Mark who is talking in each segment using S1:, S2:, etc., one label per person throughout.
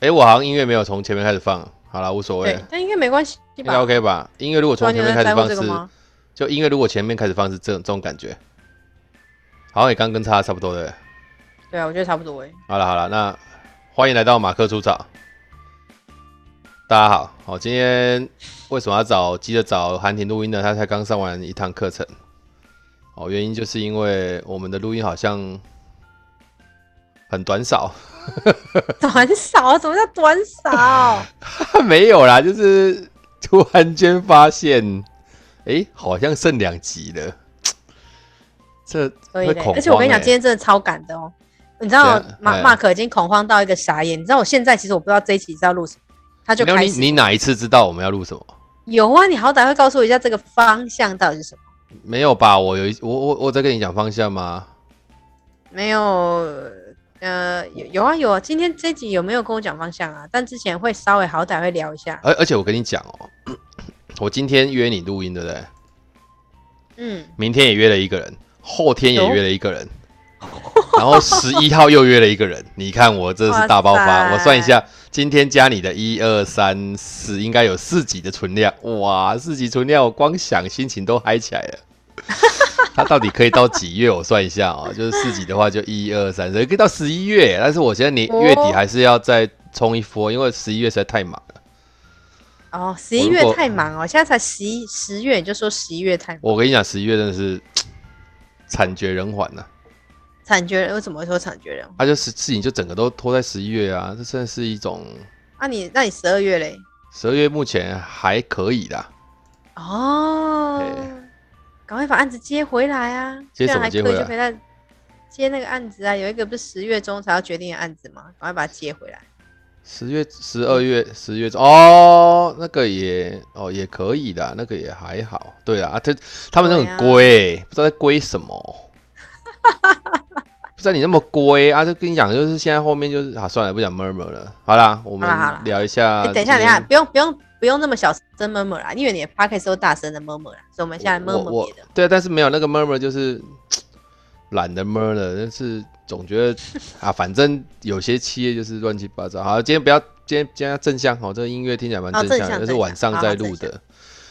S1: 哎、我好像音乐没有从前面开始放，好了，无所谓
S2: 对，，但应该没关系
S1: 欸应该
S2: 吧？
S1: OK 吧？音乐如果
S2: 突
S1: 从
S2: 然
S1: 前
S2: 间
S1: 面
S2: 在
S1: 开始
S2: 在乎
S1: 放
S2: 这个
S1: 是，
S2: 吗？
S1: 就音乐如果前面开始放是这种这种感觉，好像也刚跟差差不多的。
S2: 对啊，我觉得差 不多哎。
S1: 好了好了，那欢迎来到马克出早。大家好，好，今天为什么要找急着找韩婷录音呢？她才刚上完一堂课程。哦，原因就是因为我们的录音好像很短少，
S2: 短少？啊什么叫短 少？
S1: 没有啦，就是突然间发现，诶，好像剩两集了，这
S2: 所以
S1: 会
S2: 嘞
S1: 恐
S2: 而且我跟你
S1: 慌
S2: 讲，
S1: 欸
S2: 今天真的超赶的哦。你知道
S1: 怎样
S2: 马
S1: 哎
S2: 马可已经恐慌到一个傻眼。你知道我现在其实我不知道这一集是要录什么，他就
S1: 没有
S2: 开
S1: 你
S2: 始
S1: 你哪一次知道我们要录什么？
S2: 有啊，你好歹会告诉我一下这个方向到底是什么？
S1: 没有吧？我有一我我我在跟你讲方向吗？
S2: 没有，呃，有有啊有啊。今天这集有没有跟我讲方向啊？但之前会稍微好歹会聊一下。
S1: 而而且我跟你讲哦、 我今天约你录音，对不对？
S2: 嗯，
S1: 明天也约了一个人，后天也
S2: 有
S1: 约了一个人，然后十一号又约了一个人。你看我这是大爆
S2: 哇
S1: 发！
S2: 塞
S1: 我算一下，今天加你的一二三四，应该有四集的存量。哇，四集存量，我光想心情都嗨起来了。 它到底可以到几月？我算一下哦，就是四集的话，就一二三四，可以到十一月。但是我现在年
S2: 哦
S1: 月底还是要再冲一波，因为十一月实在太忙了。
S2: 哦，十一
S1: 如
S2: 月
S1: 果
S2: 太忙哦，现在才十一十月，你就说十一月太忙，
S1: 我跟你讲，十一月真的是惨绝人寰啊呐、
S2: 惨绝人，为什么会说惨绝人？
S1: 他啊就是事情就整个都拖在十一月啊，这算是一种
S2: 啊你，那你十二月嘞？
S1: 十二月目前还可以的，
S2: 哦
S1: 对，
S2: 赶快把案子接回来啊！
S1: 接
S2: 虽然
S1: 什么
S2: 还
S1: 接
S2: 可
S1: 回
S2: 以，就
S1: 来
S2: 陪他接那个案子啊。有一个不是十月中才要决定的案子吗？赶快把它接回来。
S1: 十月、十二月、十月中哦，那个也哦也可以的，那个也还好。对啊，啊他他们都很龟、
S2: 啊
S1: 不知道在龟什么。 不知道你那么龟啊，就跟你讲，就是现在后面就是啊，算了，不讲 murmur 了。好啦，我们
S2: 好啦好啦
S1: 聊一下
S2: 哎、
S1: 啊今天。
S2: 等一下，等一下，不用不用不用那么小声闷闷啦，因为你的 podcast 都大声的闷闷啦，所以我们现在闷闷
S1: 我
S2: 别的
S1: 我。对，但是没有那个 murmur 就是懒得 murmur，了但是总觉得啊，反正有些企业就是乱七八糟。好，今天不要，今天今天要正向哦，这个音乐听起来蛮
S2: 哦
S1: 正向的，
S2: 正向啊
S1: 这是晚上在
S2: 正
S1: 录
S2: 向好好
S1: 的。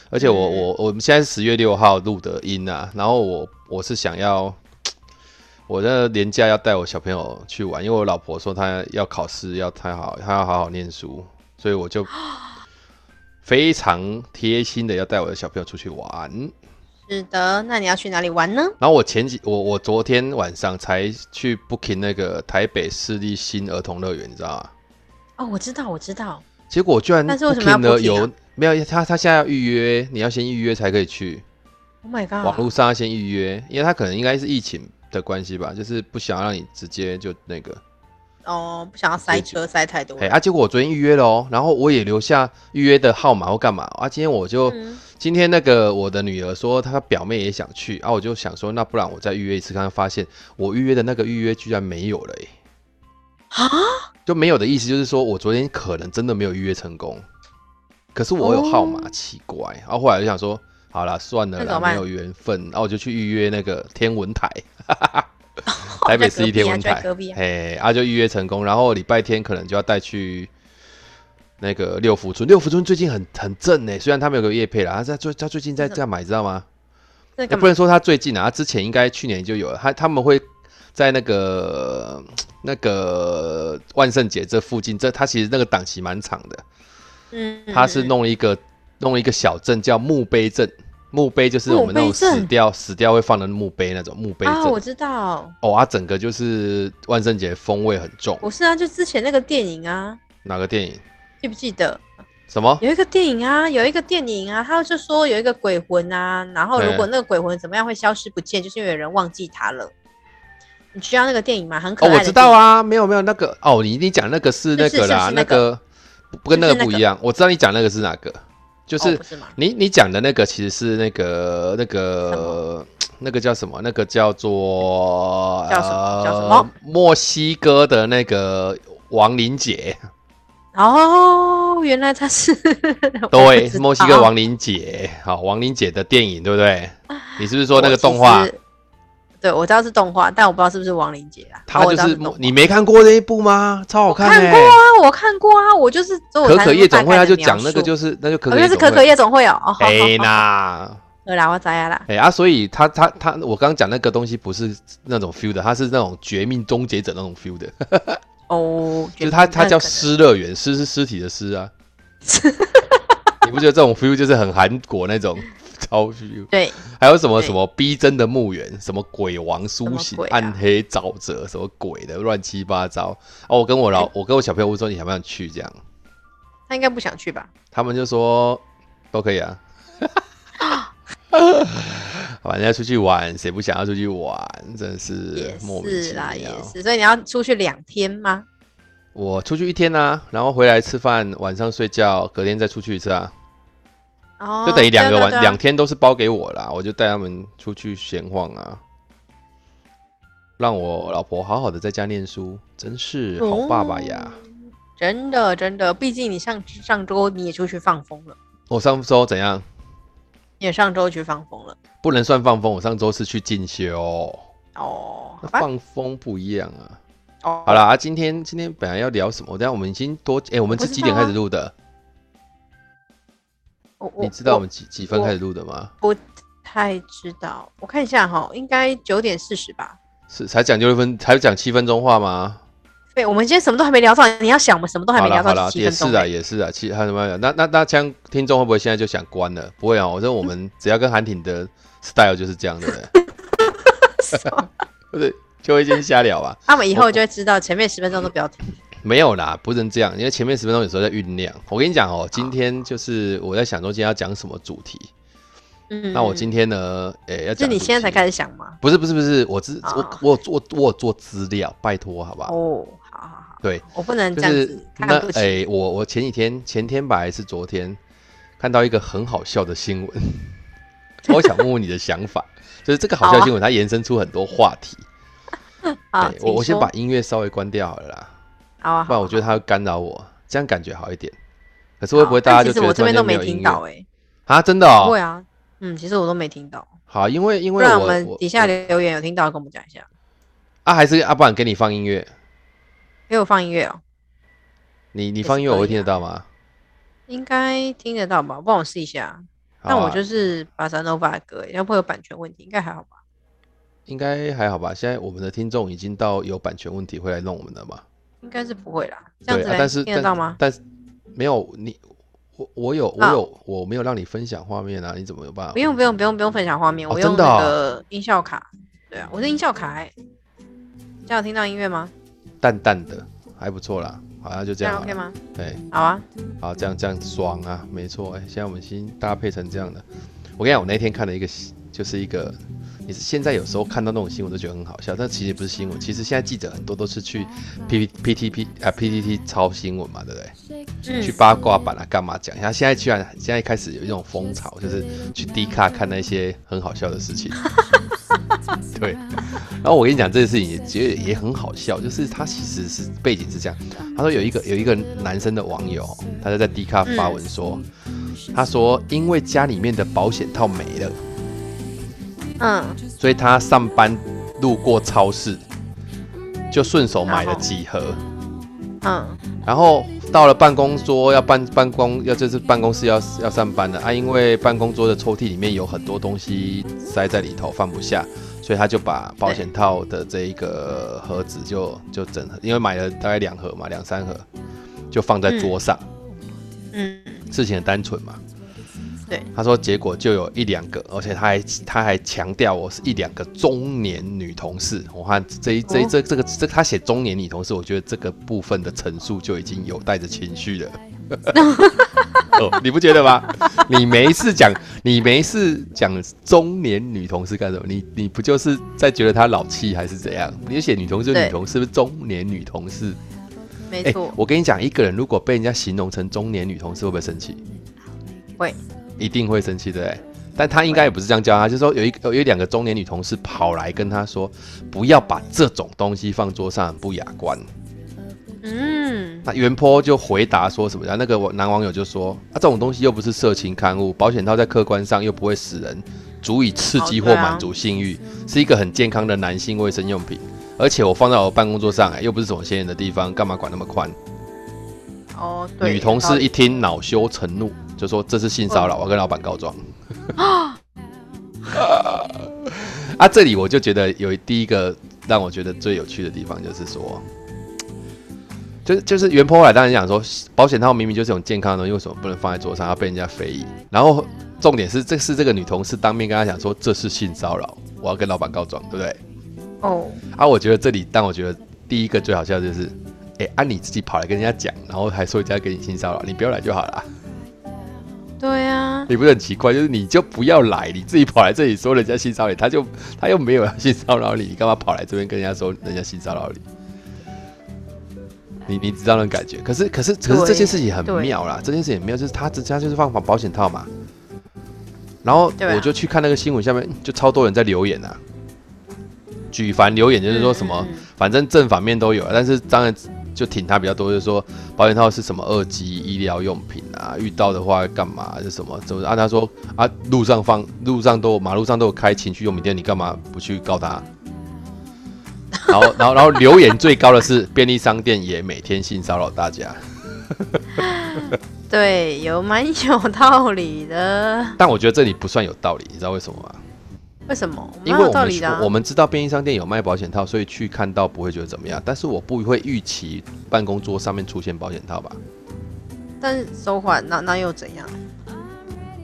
S1: 而且我
S2: 嗯
S1: 我我们现在是十月六号录的音啊，然后我我是想要。我的年假要带我小朋友去玩，因为我老婆说她要考试，要她好，她要好好念书，所以我 就非常贴心的要带我的小朋友出去玩。
S2: 是的，那你要去哪里玩呢？
S1: 然后我前几我我昨天晚上才去 booking 那个台北市立新儿童乐园，你知道吗？
S2: 哦，我知道，我知道。
S1: 结果我居然
S2: 但是为什么要
S1: booking 了
S2: booking 啊
S1: 有没有？他他现在要预约，你要先预约才可以去，
S2: Oh my
S1: 网
S2: god！
S1: 络上要先预约，因为他可能应该是疫情的关系吧，就是不想让你直接就那个。
S2: 哦，不想要塞车塞太多
S1: 哎、。啊，结果我昨天预约了哦，然后我也留下预约的号码或干嘛啊。今天我就、
S2: 嗯
S1: 今天那个我的女儿说她表妹也想去啊，我就想说那不然我再预约一次，看看发现我预约的那个预约居然没有了、欸，
S2: 啊，
S1: 就没有的意思就是说我昨天可能真的没有预约成功，可是我有号码，
S2: 哦
S1: 奇怪。然后后来就想说，好啦，算了
S2: 那怎
S1: 啦，没
S2: 么办
S1: 有缘分，然后我就去预约那个天文台， 台北市立天文
S2: 就在
S1: 台
S2: 隔壁，啊就
S1: 哎，啊就预约成功，然后礼拜天可能就要带去。那个六福村，六福村最近很很正呢。虽然他们有个叶配啦，他在最他最近在
S2: 真的
S1: 干嘛，你知道吗？
S2: 在
S1: 也
S2: 干
S1: 不
S2: 嘛？
S1: 能说他最近啊，他之前应该去年就有了。他他们会在那个那个万圣节这附近，这他其实那个档期蛮长的。
S2: 嗯，
S1: 他是
S2: 嗯
S1: 弄一个弄一个小镇叫墓碑镇，墓碑就是我们那种
S2: 墓碑镇
S1: 死掉死掉会放的墓碑那种墓碑
S2: 啊，我
S1: 镇。
S2: 知道，
S1: 哦，它整个就是万圣节风味很重。
S2: 不是啊，就之前那个电影啊，
S1: 哪个电影？
S2: 记不记得
S1: 什么？
S2: 有一个电影啊，有一个电影啊，他就说有一个鬼魂啊，然后如果
S1: 嗯
S2: 那个鬼魂怎么样会消失不见，就是因为有人忘记他了。你知道那个电影吗？很可
S1: 哦，
S2: 爱的、
S1: 我知道，啊，没有没有那个哦，你你讲那个是那个啦，
S2: 是是是
S1: 那
S2: 那
S1: 个
S2: 个
S1: 不跟那
S2: 就是
S1: 个不
S2: 那
S1: 一
S2: 个哦
S1: 样。我知道你讲那个是哪个，就
S2: 就是不是吗？
S1: 你你讲的那个其实是那个那
S2: 什
S1: 个那个叫什么？那个叫做
S2: 叫什么叫什
S1: 呃
S2: 么
S1: 墨西哥的那个亡灵节，
S2: 哦，原来他是
S1: 对，墨西哥亡
S2: 里啊
S1: 灵节。好，亡灵节的电影对不对？你是不是说那个动画？
S2: 对我知道是动画，但我不知道是不是亡灵节啊。
S1: 他
S2: 我
S1: 就
S2: 知道
S1: 是
S2: 是动画
S1: 你没看过那一部吗？超好
S2: 看
S1: 看欸
S2: 过啊，我看过啊，我就是所以我
S1: 可
S2: 才
S1: 可
S2: 能
S1: 夜
S2: 大
S1: 总会，
S2: 概
S1: 他
S2: 地
S1: 就讲
S2: 描
S1: 那个
S2: 述
S1: 就是那就可
S2: 哦，
S1: 可
S2: 那
S1: 夜
S2: 是
S1: 总
S2: 可可
S1: 会。
S2: 夜总会哦。哦，好好好
S1: 哎呐，
S2: 好啦，我知道啦。
S1: 哎啊，所以他他他，我刚刚讲那个东西不是那种 feel 的，他是那种绝命终结者那种 feel 的，
S2: 哦，
S1: 就是他他
S2: 那
S1: 叫
S2: 可能
S1: 尸乐园，尸是尸体的尸 啊。你不觉得这种 feel 就是很韩国那种超 feel？
S2: 对，
S1: 还有什么
S2: 对
S1: 什么逼真的墓园，什么鬼王苏
S2: 什
S1: 醒、
S2: 么鬼啊
S1: 暗黑沼泽，什么鬼的乱七八糟。哦，我跟我老我跟我小朋友问说你想不想去这样，
S2: 他应该不想去吧？
S1: 他们就说都可以 啊。反正要出去玩，谁不想要出去玩？真的是
S2: 也
S1: 莫名其
S2: 是啦，也
S1: 妙。
S2: 是。所以你要出去两天吗？
S1: 我出去一天啊，然后回来吃饭，晚上睡觉，隔天再出去一次啊，
S2: 哦，
S1: 就等于两个
S2: 对啊
S1: 晚
S2: 对啊
S1: 两天都是包给我啦。我就带他们出去闲晃啊，让我老婆好好的在家念书，真是好爸爸呀！
S2: 哦真的真的，毕竟你上上周你也出去放风了，
S1: 我上周怎样？
S2: 你也上周去放风了。
S1: 不能算放风，我上周是去进修，
S2: 哦，好
S1: 那
S2: 吧，
S1: 放风不一样啊。
S2: 哦，
S1: 好啦，啊，今天今天本来要聊什么？等一下我们已经多哎、我们
S2: 我不
S1: 是
S2: 知
S1: 几点
S2: 道
S1: 开
S2: 啊
S1: 始录的？
S2: 我，我
S1: 你知道我
S2: 我
S1: 们几几分
S2: 我
S1: 开始录的吗？
S2: 不太知道，我看一下哈，应该九点四十吧。
S1: 是才讲六分，才讲七分钟话吗？
S2: 对，我们今天什么都还没聊到，你要想，我们什么都还
S1: 好
S2: 没
S1: 啦
S2: 聊
S1: 好
S2: 到
S1: 啦，
S2: 七
S1: 也
S2: 分钟
S1: 是啊，
S2: 欸。
S1: 也是啊，七还有什么？那那那这样听众会不会现在就想关了？不会啊，我说我 们只要跟韩挺的 style 就是这样的，对不对不是就会先瞎聊啊。
S2: 那我们以后就会知道前面十分钟都不要听。
S1: 没有啦，不能这样，因为前面十分钟有时候在酝酿。我跟你讲哦，今天就是我在想说今天要讲什么主题。
S2: 嗯，
S1: 那我今天呢，诶、要
S2: 是
S1: 讲
S2: 你现在才
S1: 主题
S2: 开始想吗？
S1: 不是不是不是，我知我
S2: 哦
S1: 我有做我有做资料，拜托好不好？
S2: 哦，好好好，
S1: 对，
S2: 我不能
S1: 就
S2: 这样
S1: 是
S2: 子
S1: 那
S2: 看不起。
S1: 哎、我我前几天前天吧还是昨天看到一个很好笑的新闻， 我想问问你的想法，就是这个好
S2: 好
S1: 笑
S2: 啊
S1: 新闻它延伸出很多话题。
S2: 好
S1: 哎，我我
S2: 啊请
S1: 先
S2: 说
S1: 把音乐稍微关掉好了啦，
S2: 好啊，
S1: 不然我觉得它会干扰我，这样感觉好一点。可是会不会
S2: 好
S1: 大
S2: 啊
S1: 家
S2: 但
S1: 就觉
S2: 其实
S1: 得
S2: 我
S1: 突
S2: 这
S1: 然
S2: 边都
S1: 间没有
S2: 没
S1: 音
S2: 听
S1: 乐
S2: 到哎，
S1: 啊？真的
S2: 不会
S1: 哦，
S2: 啊，嗯，其实我都没听到。
S1: 好，因为因
S2: 不
S1: 为
S2: 然
S1: 我
S2: 我们
S1: 我嗯
S2: 底下留言有听到的跟我们讲一下。
S1: 啊还是啊，不然给你放音乐，
S2: 给我放音乐哦，
S1: 你你
S2: 也是
S1: 放音乐我
S2: 可
S1: 会
S2: 以
S1: 听得
S2: 啊
S1: 到吗？
S2: 应该听得到吧？不然我试一下。
S1: 好
S2: 但我
S1: 啊
S2: 就是把 s a Nova 的歌，欸要不会有版权问题，应该还好吧？
S1: 应该还好吧？现在我们的听众已经到有版权问题会来弄我们的嘛？
S2: 应该是不会啦。这样
S1: 对
S2: 子
S1: 啊
S2: 嘞，
S1: 但是
S2: 听得到吗？
S1: 但但没有你，我我有我
S2: 啊
S1: 有、我没有让你分享画面啊，你怎么有办法？
S2: 不用不用不用不用分享画面，
S1: 哦
S2: 我用
S1: 真的哦
S2: 那个音效卡。对啊，我是音效卡欸。这样有听到音乐吗？
S1: 淡淡的还不错啦，好像就这
S2: 这
S1: 样
S2: 样
S1: 好
S2: OK
S1: 了。
S2: 吗？
S1: 对，
S2: 好啊，
S1: 好这样这样爽啊，没错。哎、现在我们新搭配成这样的，我跟你讲，我那天看了一个新，就是一个。你是现在有时候看到那种新闻都觉得很好笑，但其实不是新闻。其实现在记者很多都是去 P P T P 啊 P T T 抄新闻嘛，对不对？
S2: 嗯
S1: 去八卦 版啊，干嘛讲？他现在居然现在开始有一种风潮，就是去 D 卡看那些很好笑的事情。对，然后我跟你讲这件事情也觉得也很好笑，就是他其实是背景是这样，他说有一个有一个男生的网友，他就在 D 卡发文说，他说因为家里面的保险套没了，
S2: 嗯，
S1: 所以他上班路过超市，就顺手买了几盒。
S2: 嗯，
S1: 然后到了办公桌，要办办公，要就是办公室要要上班了啊，因为办公桌的抽屉里面有很多东西塞在里头，放不下，所以他就把保险套的这一个盒子就就整盒，因为买了大概两盒嘛，两三盒，就放在桌上，
S2: 嗯，
S1: 事情很单纯嘛。
S2: 对，
S1: 他说结果就有一两个，而且他还他还强调我是一两个中年女同事。我看这一这一这这个这他写中年女同事，我觉得这个部分的陈述就已经有带着情绪了。哦，你不觉得吗？你没事讲，你没事讲中年女同事干什么？你你不就是在觉得她老气还是怎样？你就写女同事就女
S2: 对
S1: 同事，是不是中年女同事？
S2: 没
S1: 哎、
S2: 错，
S1: 我跟你讲，一个人如果被人家形容成中年女同事，会不会生气？
S2: 会，
S1: 一定会生气，对不对？但他应该也不是这样教他，就是说有一有一两个中年女同事跑来跟他说，不要把这种东西放桌上，很不雅观。
S2: 嗯，
S1: 那袁坡就回答说什么？然后那个男网友就说，啊，这种东西又不是色情刊物，保险套在客观上又不会死人，足以刺激或满足性欲，是一个很健康的男性卫生用品。而且我放在我办公桌上、哎，又不是什么显眼的地方，干嘛管那么宽？
S2: 哦，对，
S1: 女同事一听恼羞成怒，就说这是性骚扰，我要跟老板告状。 啊，这里我就觉得有第一个让我觉得最有趣的地方，就是说，就是就是袁坡海当然讲说，保险套明明就是种健康的东西，为什么不能放在桌上，要被人家非议？然后重点是，这是这个女同事当面跟他讲说这是性骚扰，我要跟老板告状，对不对？
S2: 哦，
S1: 啊，我觉得这里让我觉得第一个最好笑的就是，哎、按、你自己跑来跟人家讲，然后还说人家跟你性骚扰，你不要来就好了。
S2: 对啊，
S1: 你不是很奇怪，就是你就不要来，你自己跑来这里说人家性骚扰你，他就他又没有要性骚扰你，你干嘛跑来这边跟人家说人家性骚扰你？你你知道那种感觉，可是可是可是
S2: 对
S1: 这件事情很
S2: 对
S1: 妙啦，这件事情很妙，就是他只他就是放保险套嘛，然后
S2: 对啊
S1: 我就去看那个新闻，下面就超多人在留言啊，举凡留言就是说什么
S2: 嗯嗯嗯
S1: 反正正反面都有啊，但是当然就挺他比较多，就是说保险套是什么二级医疗用品啊，遇到的话干嘛就什么怎么啊？他说啊，路上放路上都有马路上都有开情趣用品店，你干嘛不去告他？然后然 后然后留言最高的是便利商店也每天性骚扰大家，
S2: 对，有蛮有道理的。
S1: 但我觉得这里不算有道理，你知道为什么吗？
S2: 为什么？
S1: 因
S2: 蛮
S1: 为我
S2: 有道
S1: 们
S2: 理的、啊
S1: 我。们知道便利商店有卖保险套，所以去看到不会觉得怎么样，但是我不会预期办公桌上面出现保险套吧？
S2: 但是手环那那又怎样？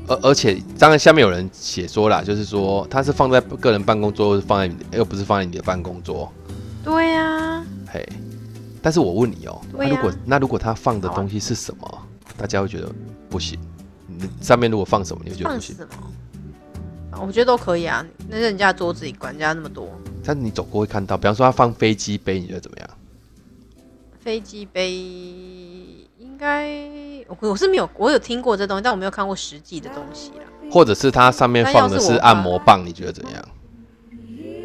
S1: 而而且，当然下面有人写说啦，就是说他是放在个人办公桌，放在你的又不是放在你的办公桌，
S2: 对啊，
S1: 嘿。但是我问你哦、
S2: 对
S1: 那
S2: 啊
S1: 如
S2: 呀
S1: 果那如果他放的
S2: 好啊
S1: 东西是什么，大家会觉得不行。你上面如果放什么，你会觉得
S2: 放
S1: 不行。
S2: 什么？啊我觉得都可以啊，那人家桌子里管人家那么多，
S1: 但你走过会看到，比方说他放飞机杯，你觉得怎么样？
S2: 飞机杯应该我我是没有，我有听过这东西，但我没有看过实际的东西啦。
S1: 或者是它上面
S2: 那要
S1: 放的
S2: 是我
S1: 是
S2: 放
S1: 按摩棒，你觉得怎样？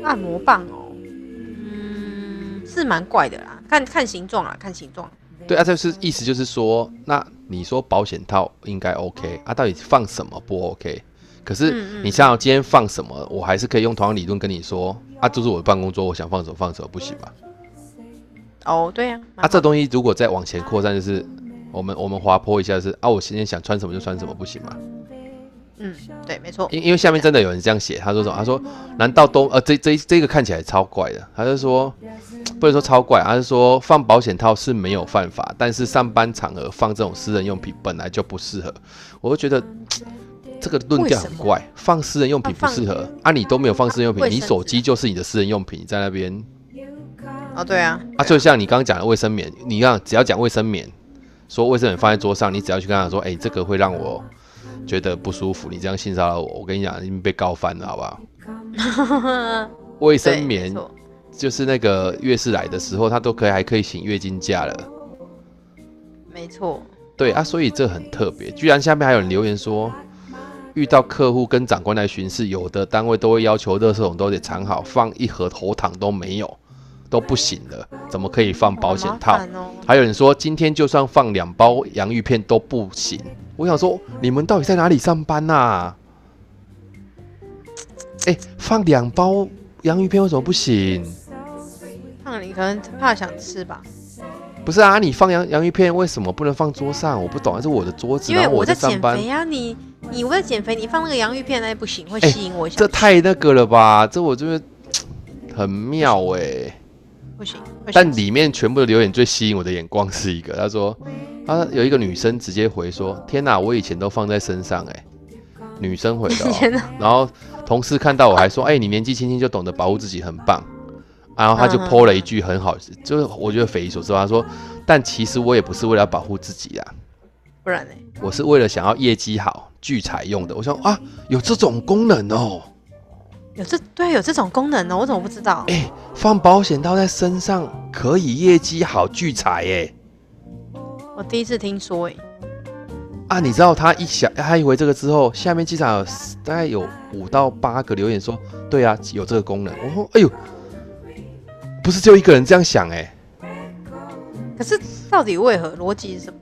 S2: 按摩棒哦，嗯，是蛮怪的啦，看看形状啦，看形状。
S1: 对啊，就是意思就是说，那你说保险套应该 OK 啊，到底放什么不 OK？可是
S2: 嗯嗯
S1: 你想想今天放什么，我还是可以用同样理论跟你说啊，这是我的办公桌，我想放什么放什么不行吧？
S2: 哦，对啊，
S1: 啊，
S2: 蛮
S1: 这东西如果再往前扩散，就是我们我们滑坡一下是啊，我今天想穿什么就穿什么不行吗？
S2: 嗯，对，没错，
S1: 因因为下面真的有人这样写，他说什么？他说难道都呃这这这个看起来超怪的？他就说不能说超怪，他是说放保险套是没有犯法，但是上班场合放这种私人用品本来就不适合。我就觉得这个论调很怪，放私人用品不适合啊，你都没有放私人用品，
S2: 卫
S1: 你
S2: 生
S1: 手
S2: 纸啊
S1: 机就是你的私人用品，你在那边
S2: 哦，对啊，
S1: 啊，就像你刚刚讲的卫生棉，你看只要讲卫生棉，说卫生棉放在桌上，你只要去跟他讲说，哎、这个会让我觉得不舒服，你这样性骚扰我，我跟你讲，你被告翻了，好不好？卫
S2: 对
S1: 生
S2: 没
S1: 棉
S2: 错
S1: 就是那个月事来的时候，它都可以还可以请月经假了，
S2: 没错，
S1: 对啊，所以这很特别。居然下面还有人留言说，遇到客户跟长官来巡视，有的单位都会要求垃圾桶都得藏好，放一盒头糖都没有，都不行了，怎么可以放保险套
S2: 好麻？烦哦，
S1: 还有人说，今天就算放两包洋芋片都不行。我想说，你们到底在哪里上班呐、啊？哎、放两包洋芋片为什么不行？
S2: 胖你可能怕想吃吧，
S1: 不是啊，你放洋洋芋片为什么不能放桌上？我不懂，还是我的桌子，
S2: 因
S1: 然
S2: 为
S1: 后
S2: 我
S1: 在
S2: 在
S1: 上
S2: 减
S1: 班
S2: 肥，啊，你你我在减肥，你放那个洋芋片那不行，会
S1: 哎
S2: 吸引我想吃，
S1: 这太那个了吧？这我觉得很妙哎、
S2: 不行，会
S1: 但
S2: 想吃
S1: 里面全部的留言最吸引我的眼光是一个，他说，啊，有一个女生直接回说，天哪、我以前都放在身上哎、女生回的、
S2: 天
S1: 哦，然后同事看到我还说，哎、你年纪轻轻就懂得保护自己，很棒。然后他就
S2: 嗯嗯
S1: 泼了一句很好，就是我觉得匪夷所思。他说，但其实我也不是为了保护自己啦，啊
S2: 不然呢？
S1: 我是为了想要业绩好聚财用的。我想啊，有这种功能哦。
S2: 有这对啊有这种功能呢、我怎么不知道？
S1: 哎、放保险套在身上可以业绩好聚财哎。
S2: 我第一次听说哎、
S1: 啊，你知道他一想哎他一回这个之后，下面机场有大概有五到八个留言说，对啊，有这个功能。我
S2: 哦
S1: 说，哎呦，不是只有一个人这样想哎、
S2: 可是到底为何逻辑是什么？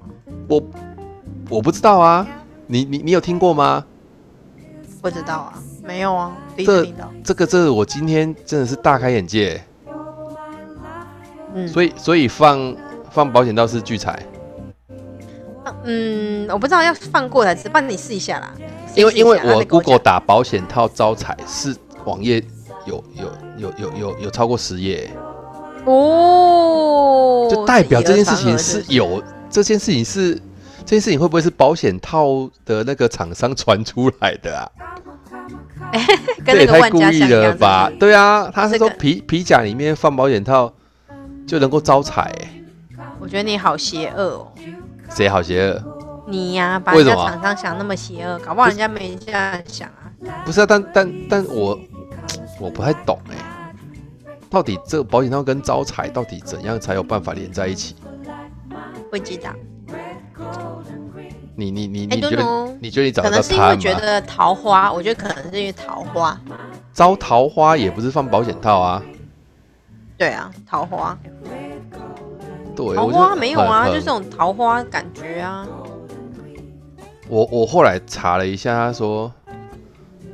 S1: 我我不知道啊，你你你有听过吗？
S2: 不知道啊，没有啊，第一次
S1: 这
S2: 听到。
S1: 这个这个我今天真的是大开眼界，哎
S2: 嗯
S1: 所以所以放放保险套是聚财，
S2: 嗯，我不知道要放过才知，帮你试一下啦。
S1: 因为
S2: 试一
S1: 因为
S2: 下
S1: 我 Google
S2: 然后再跟讲
S1: 打保险套招财是网页有有有有有有超过十页，哎
S2: 哦，
S1: 就代表这件事情
S2: 是
S1: 是
S2: 以讹传讹不
S1: 有这件事情是这件事情会不会是保险套的那个厂商传出来的啊？这
S2: 跟那
S1: 也
S2: 个
S1: 太
S2: 万
S1: 故
S2: 家
S1: 意
S2: 香一
S1: 了
S2: 样
S1: 吧？对啊，他是
S2: 这个
S1: 说皮皮夹里面放保险套就能够招财、欸，
S2: 真的我觉得你好邪恶哦，
S1: 谁好邪恶？
S2: 你呀、把
S1: 为
S2: 人
S1: 什
S2: 家
S1: 么
S2: 厂商想那么邪恶，搞不好人家没这样想啊。
S1: 不是啊，但但但我我不太懂哎、到底这个保险套跟招财到底怎样才有办法连在一起？
S2: 不知道，
S1: 你你你
S2: I
S1: 你觉
S2: don't know
S1: 得你觉得你找
S2: 可
S1: 得到
S2: 能是因为
S1: 他
S2: 觉
S1: 吗？
S2: 得桃花，我觉得可能是因为桃花。
S1: 招桃花也不是放保险套啊，
S2: 对啊，桃花，
S1: 对，
S2: 桃
S1: 我
S2: 花
S1: 就哎
S2: 没有啊，
S1: 很
S2: 就这。种桃花感觉啊。
S1: 很我我后来查了一下，他说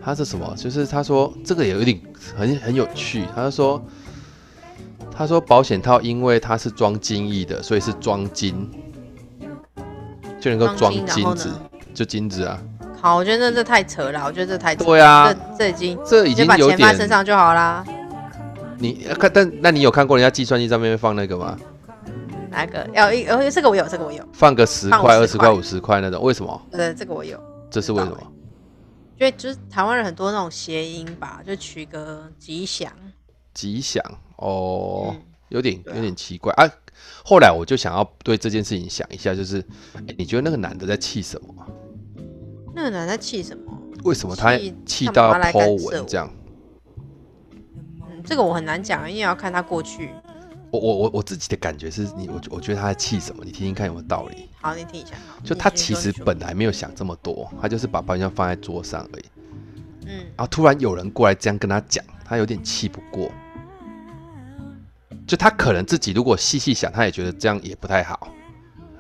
S1: 他是什么？就是他说这个也有点很很有趣，他说他说保险套因为它是装金翼的，所以是装金，就能够装
S2: 装金然
S1: 金
S2: 后
S1: 子
S2: 呢，
S1: 就金子啊。
S2: 好，我觉得这这太扯了，我觉得这太扯了。
S1: 对啊
S2: 这这已经
S1: 这已
S2: 你就
S1: 经
S2: 把
S1: 有
S2: 钱放在身
S1: 点
S2: 上就好啦。
S1: 你看，但那你有看过人家计算机上面放那个吗？
S2: 哪个？要一呃，这个我有，这个我有，
S1: 放个十
S2: 放
S1: 块、二
S2: 50
S1: 十块、
S2: 块
S1: 五十块那种，为什么？
S2: 呃，这个我有。
S1: 这是为什
S2: 不知
S1: 么
S2: 道？因为就是台湾人很多那种谐音吧，就取个吉祥。
S1: 吉祥哦，
S2: 嗯
S1: 有点
S2: 对啊
S1: 有点奇怪啊。后来我就想要对这件事情想一下，就是，哎，你觉得那个男的在气什么啊？
S2: 那个男的在气什么？
S1: 为什么他
S2: 气
S1: 气
S2: 干
S1: 到要
S2: 嘛来干
S1: 剖
S2: 涉
S1: 文
S2: 我
S1: 这样？
S2: 嗯，这个我很难讲，因为要看他过去。
S1: 我我我我自己的感觉是你，我我觉得他在气什么？你听听看有没有道理？
S2: 好，你听一下。好
S1: 就
S2: 你
S1: 他
S2: 继续
S1: 其
S2: 说
S1: 实
S2: 你说
S1: 本来没有想这么多，他就是把保险箱放在桌上而已。
S2: 嗯，
S1: 然后突然有人过来这样跟他讲，他有点气不过。就他可能自己如果细细想，他也觉得这样也不太好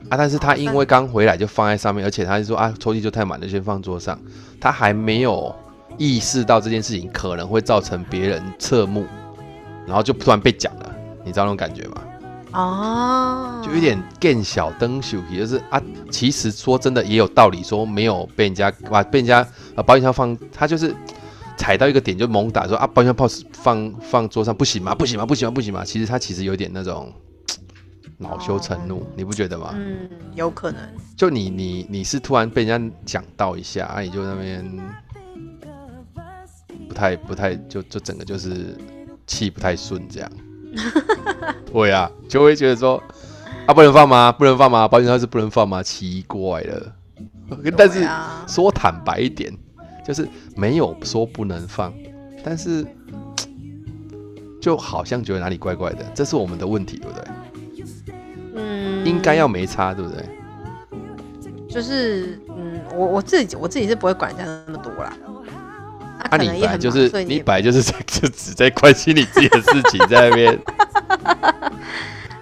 S1: 啊。但是他因为刚回来就放在上面，而且他就说啊，抽屉就太满了，先放桌上。他还没有意识到这件事情可能会造成别人侧目，然后就突然被讲了，你知道那种感觉吗？
S2: 哦，
S1: 就有点更小灯秀，也就是啊，其实说真的也有道理，说没有被人家把被人家呃保险箱放，他就是踩到一个点就猛打说啊，保险箱炮是放放桌上不行吗？不行吗？不行吗？不行吗？其实他其实有点那种嘖恼羞成怒，你不觉得吗？
S2: 嗯，有可能。
S1: 就你你你是突然被人家讲到一下，啊，你就那边不太不太就就整个就是气不太顺 这样。对啊，就会觉得说啊不能放吗？不能放吗？保险套是不能放吗？奇怪了，但是、
S2: 对啊，
S1: 说坦白一点，就是没有说不能放，但是就好像觉得哪里怪怪的，这是我们的问题，对不对？
S2: 嗯，
S1: 应该要没差，对不对？
S2: 就是嗯，我我自己我自己是不会管人家那么多啦。
S1: 啊，
S2: 可
S1: 你
S2: 能
S1: 本
S2: 也
S1: 来
S2: 很
S1: 就
S2: 忙
S1: 是
S2: 所以你
S1: 你
S2: 也
S1: 本来就是在 就只在关心你自己的事情，在那边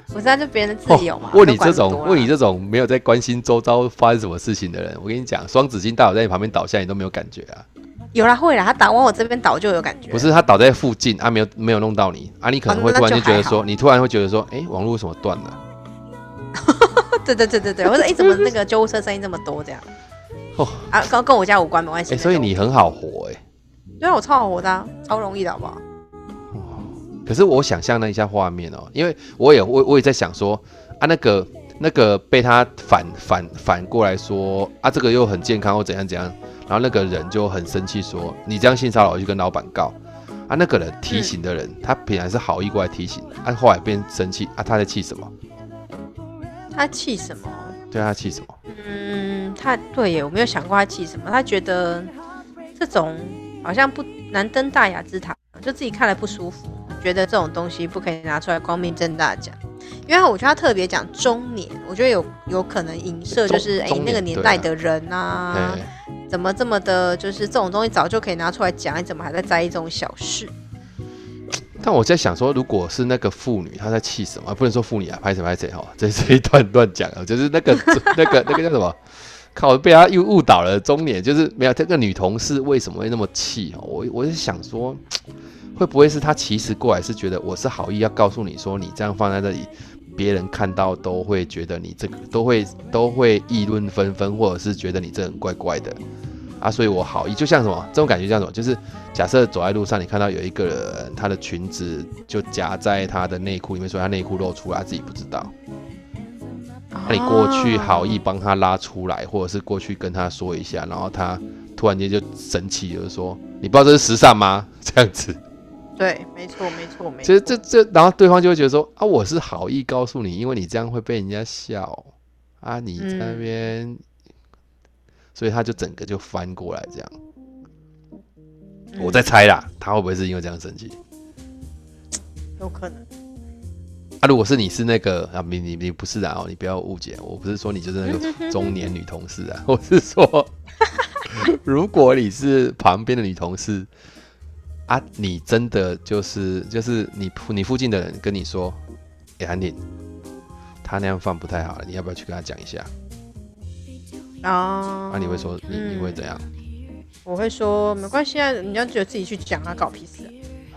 S2: 不是啊，就别人的
S1: 哦
S2: 自由嘛。
S1: 问你
S2: 不管
S1: 这
S2: 那
S1: 种
S2: 么多啦啊
S1: 问你这种没有在关心周遭发生什么事情的人，我跟你讲，双子星大佬在你旁边倒下，你都没有感觉啊。
S2: 有啦会啦，他打往我这边倒就有感觉。
S1: 不是他倒在附近啊，没有没有弄到你啊，你可能
S2: 哦
S1: 会
S2: 那
S1: 突然
S2: 就
S1: 就觉得
S2: 还好
S1: 说，你突然会觉得说，哎，网络为什么断了？
S2: 对对对对对，我说哎、诶怎么那个救护车声音这么多这样？
S1: 哦
S2: 啊，跟跟我家无关，没关系。
S1: 哎，所以你很好活哎。
S2: 对啊，我超好活的啊、超容易的好不好？
S1: 可是我想象了一下画面哦，因为我也我我也在想说啊，那个那个被他反反反过来说啊，这个又很健康或怎样怎样，然后那个人就很生气说你这样性骚扰，我去跟老板告啊。那个人提醒的人，他本来是好意过来提醒，啊，后来变生气啊，他在气什么？
S2: 他气什么？
S1: 对啊，他气什么？
S2: 嗯，他对耶，我没有想过他气什么。他觉得这种好像不难登大雅之堂，就自己看了不舒服，觉得这种东西不可以拿出来光明正大讲。因为我觉得他特别讲中年，我觉得有有可能影射就是哎、
S1: 中中
S2: 那个
S1: 年
S2: 年
S1: 对啊
S2: 代的人
S1: 哎、
S2: 啊，怎么这么的，就是这种东西早就可以拿出来讲，你怎么还在在意这种小事？
S1: 但我在想说，如果是那个妇女，她在气 什么？啊不能说妇女啊，拍谁拍谁哈，这这一段乱讲啊，就是那个那个那个叫什么？靠，被他又误导了。中年就是没有这个女同事为什么会那么气？我我是想说，会不会是她其实过来是觉得我是好意要告诉你说，你这样放在这里，别人看到都会觉得你这个都会都会议论纷纷，或者是觉得你这人怪怪的啊。所以我好意就像什么这种感觉像什么，就是假设走在路上，你看到有一个人他的裙子就夹在他的内裤里面，所以他内裤露出来，他自己不知道。
S2: 哦
S1: 那你过去好意帮他拉出来，或者是过去跟他说一下，然后他突然间就生气了，就说：“你不知道这是时尚吗？”这样子，
S2: 对，没错，没错，没
S1: 其
S2: 错
S1: 实。这这，然后对方就会觉得说：“啊，我是好意告诉你，因为你这样会被人家笑啊，你在那边。
S2: 嗯
S1: 所以他就整个就翻过来这样。
S2: 嗯
S1: 我在猜啦，他会不会是因为这样生气？
S2: 有可能，
S1: 啊，如果是你是那个啊，你你你不是啊、哦，你不要误解，我不是说你就是那个中年女同事啊，我是说， 如果你是旁边的女同事啊，你真的就是就是你你附近的人跟你说，哎、欸，韩婷，他那样放不太好了，你要不要去跟他讲一下？
S2: 哦，
S1: 啊，你会说你你会怎样？
S2: 我会说没关系啊，你要只有自己去讲啊，搞屁事、啊。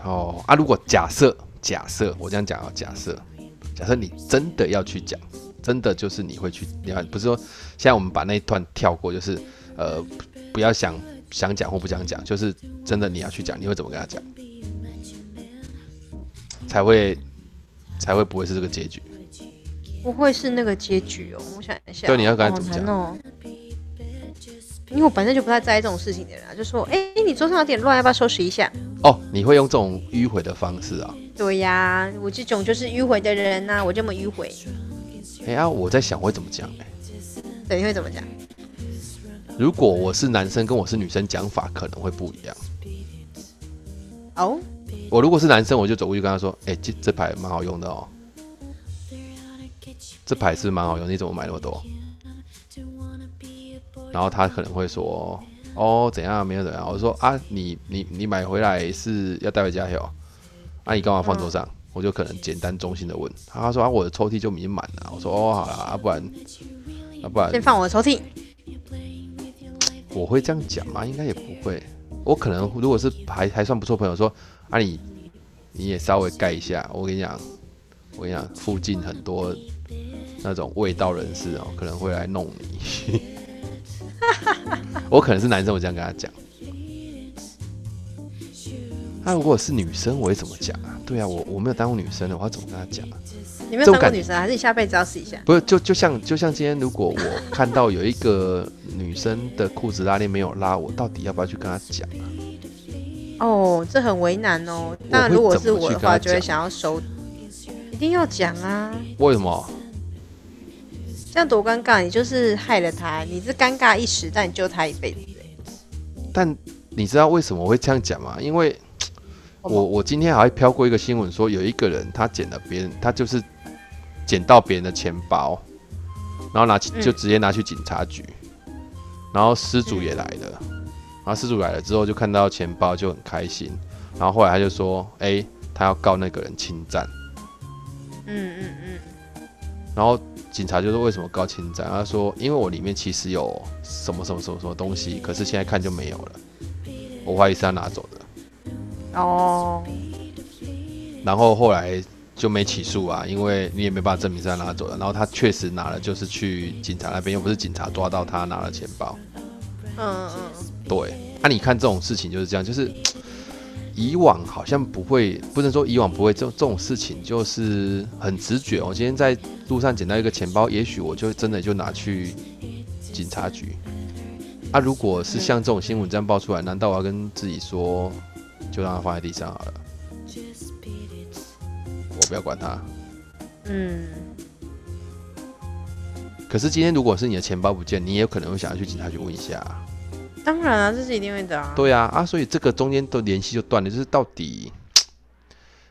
S1: 哦啊，如果假设假设我这样讲啊，假设假设你真的要去讲，真的就是你会去，你要不是说现在我们把那一段跳过，就是呃不要想想讲或不想讲，就是真的你要去讲，你会怎么跟他讲？才会才会不会是这个结局？
S2: 不会是那个结局哦，我想一下哦。
S1: 对你要跟他
S2: 好
S1: 怎么讲
S2: 难哦？因为我本身就不太在意这种事情的人啊，就说，哎、你桌上有点乱，要不要收拾一下？
S1: 哦，你会用这种迂回的方式啊？
S2: 对呀、我这种就是迂回的人呐、我这么迂回，
S1: 哎呀、啊我在想我会怎么讲、欸？
S2: 对，你会怎么讲？
S1: 如果我是男生跟我是女生讲法可能会不一样。
S2: 哦，
S1: 我如果是男生，我就走过去跟他说：“哎、这这牌蛮好用的哦，这牌是蛮好用，你怎么买那么多？”然后他可能会说：“哦，怎样？没有怎样。”我说：“啊，你你你买回来是要带回家哟？啊，你干嘛放桌上？”我就可能简单中性的问，啊他说：“啊，我的抽屉就已经满了。”我说：“哦，好啦，啊，不然，啊，不然
S2: 先放我的抽屉。
S1: 我会这样讲吗？应该也不会。我可能如果是还还算不错朋友说，啊你你也稍微盖一下。我跟你讲，我跟你讲，附近很多那种味道人士哦，可能会来弄你。 我可能是男生，我这样跟他讲。那、啊如果是女生，我会怎么讲啊？对啊，我我没有当过女生的，我要怎么跟他讲啊？
S2: 你没
S1: 这
S2: 有当
S1: 种
S2: 过
S1: 感觉
S2: 女生啊，还是你下辈子要试一下？
S1: 不是，就就像就像今天，如果我看到有一个女生的裤子拉链没有拉，我到底要不要去跟她讲啊？
S2: 哦，这很为难哦。
S1: 会
S2: 那如果是
S1: 怎么
S2: 我
S1: 去
S2: 的
S1: 跟他
S2: 话，就会
S1: 讲
S2: 想要收，一定要讲啊，
S1: 为什么？
S2: 这样多尴尬！你就是害了他，你是尴尬一时，但你救他一辈子。
S1: 但你知道为什么我会这样讲吗？因为我我今天还飘过一个新闻，说有一个人他捡了别人，他就是捡到别人的钱包，然后拿去
S2: 嗯
S1: 就直接拿去警察局，然后失主也来了，然后失主来了之后就看到钱包就很开心，然后后来他就说，哎、他要告那个人侵占。
S2: 嗯嗯嗯，
S1: 然后警察就说为什么告侵占？他说因为我里面其实有什么什么什么什么东西，可是现在看就没有了，我怀疑是他拿走的。
S2: 哦，
S1: 然后后来就没起诉啊，因为你也没办法证明是他拿走的。然后他确实拿了，就是去警察那边，又不是警察抓到他拿了钱包。
S2: 嗯嗯嗯。
S1: 对，那、你看这种事情就是这样，就是以往好像不会，不能说以往不会，这种这种事情就是很直觉。哦我今天在路上捡到一个钱包，也许我就真的就拿去警察局。啊，如果是像这种新闻这样爆出来，难道我要跟自己说，就让它放在地上好了，我不要管它？
S2: 嗯，
S1: 可是今天如果是你的钱包不见，你也有可能会想要去警察局问一下啊、
S2: 当然啊，这是一定会的啊。
S1: 对啊，啊，所以这个中间的联系就断了，就是到底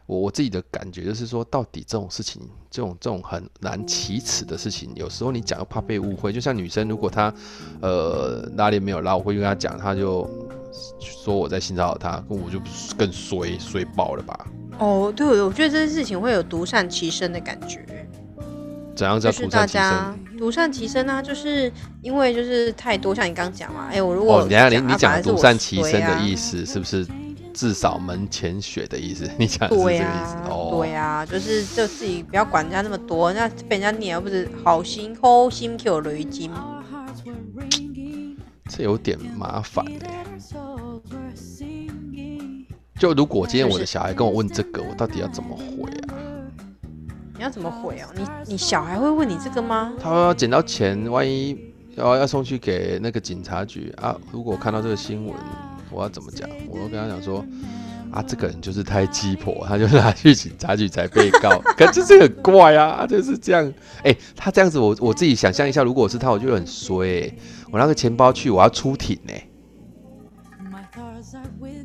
S1: 我我自己的感觉就是说，到底这种事情，这种这种很难启齿的事情，有时候你讲又怕被误会。就像女生，如果她呃拉链没有拉，我会跟她讲，她就说我在性骚扰她，跟我就更衰衰爆了吧？
S2: 哦，对，我觉得这件事情会有独善其身的感觉，
S1: 怎样叫
S2: 就是
S1: 独
S2: 大
S1: 善其
S2: 家
S1: 身？
S2: 独善其身啊，就是因为就是太多，像你刚讲嘛，哎、我如果
S1: 哦，你等一下你你
S2: 讲啊
S1: 讲独善其身的
S2: 思。
S1: 意思是不是至少门前雪的意思？ 你讲的是这个
S2: 对
S1: 意
S2: 呀、
S1: 思哦。
S2: 对呀、啊就是就自己不要管人家那么多，那被人家撵又不是好心抠心 Q 雷金，
S1: 这有点麻烦欸就如果今天我的小孩跟我问这个，我到底要怎么回啊？
S2: 你要怎么回哦？你你小孩会问你这个吗？
S1: 他要捡到钱，万一要要送去给那个警察局啊？如果我看到这个新闻，我要怎么讲？我要跟他讲说。啊，这个人就是太鸡婆，他就拿去警察局啊才被告，可是这个很怪啊，啊就是这样。哎、他这样子我，我自己想象一下，如果我是他，我就会很衰、欸。我那个钱包去，我要出庭呢、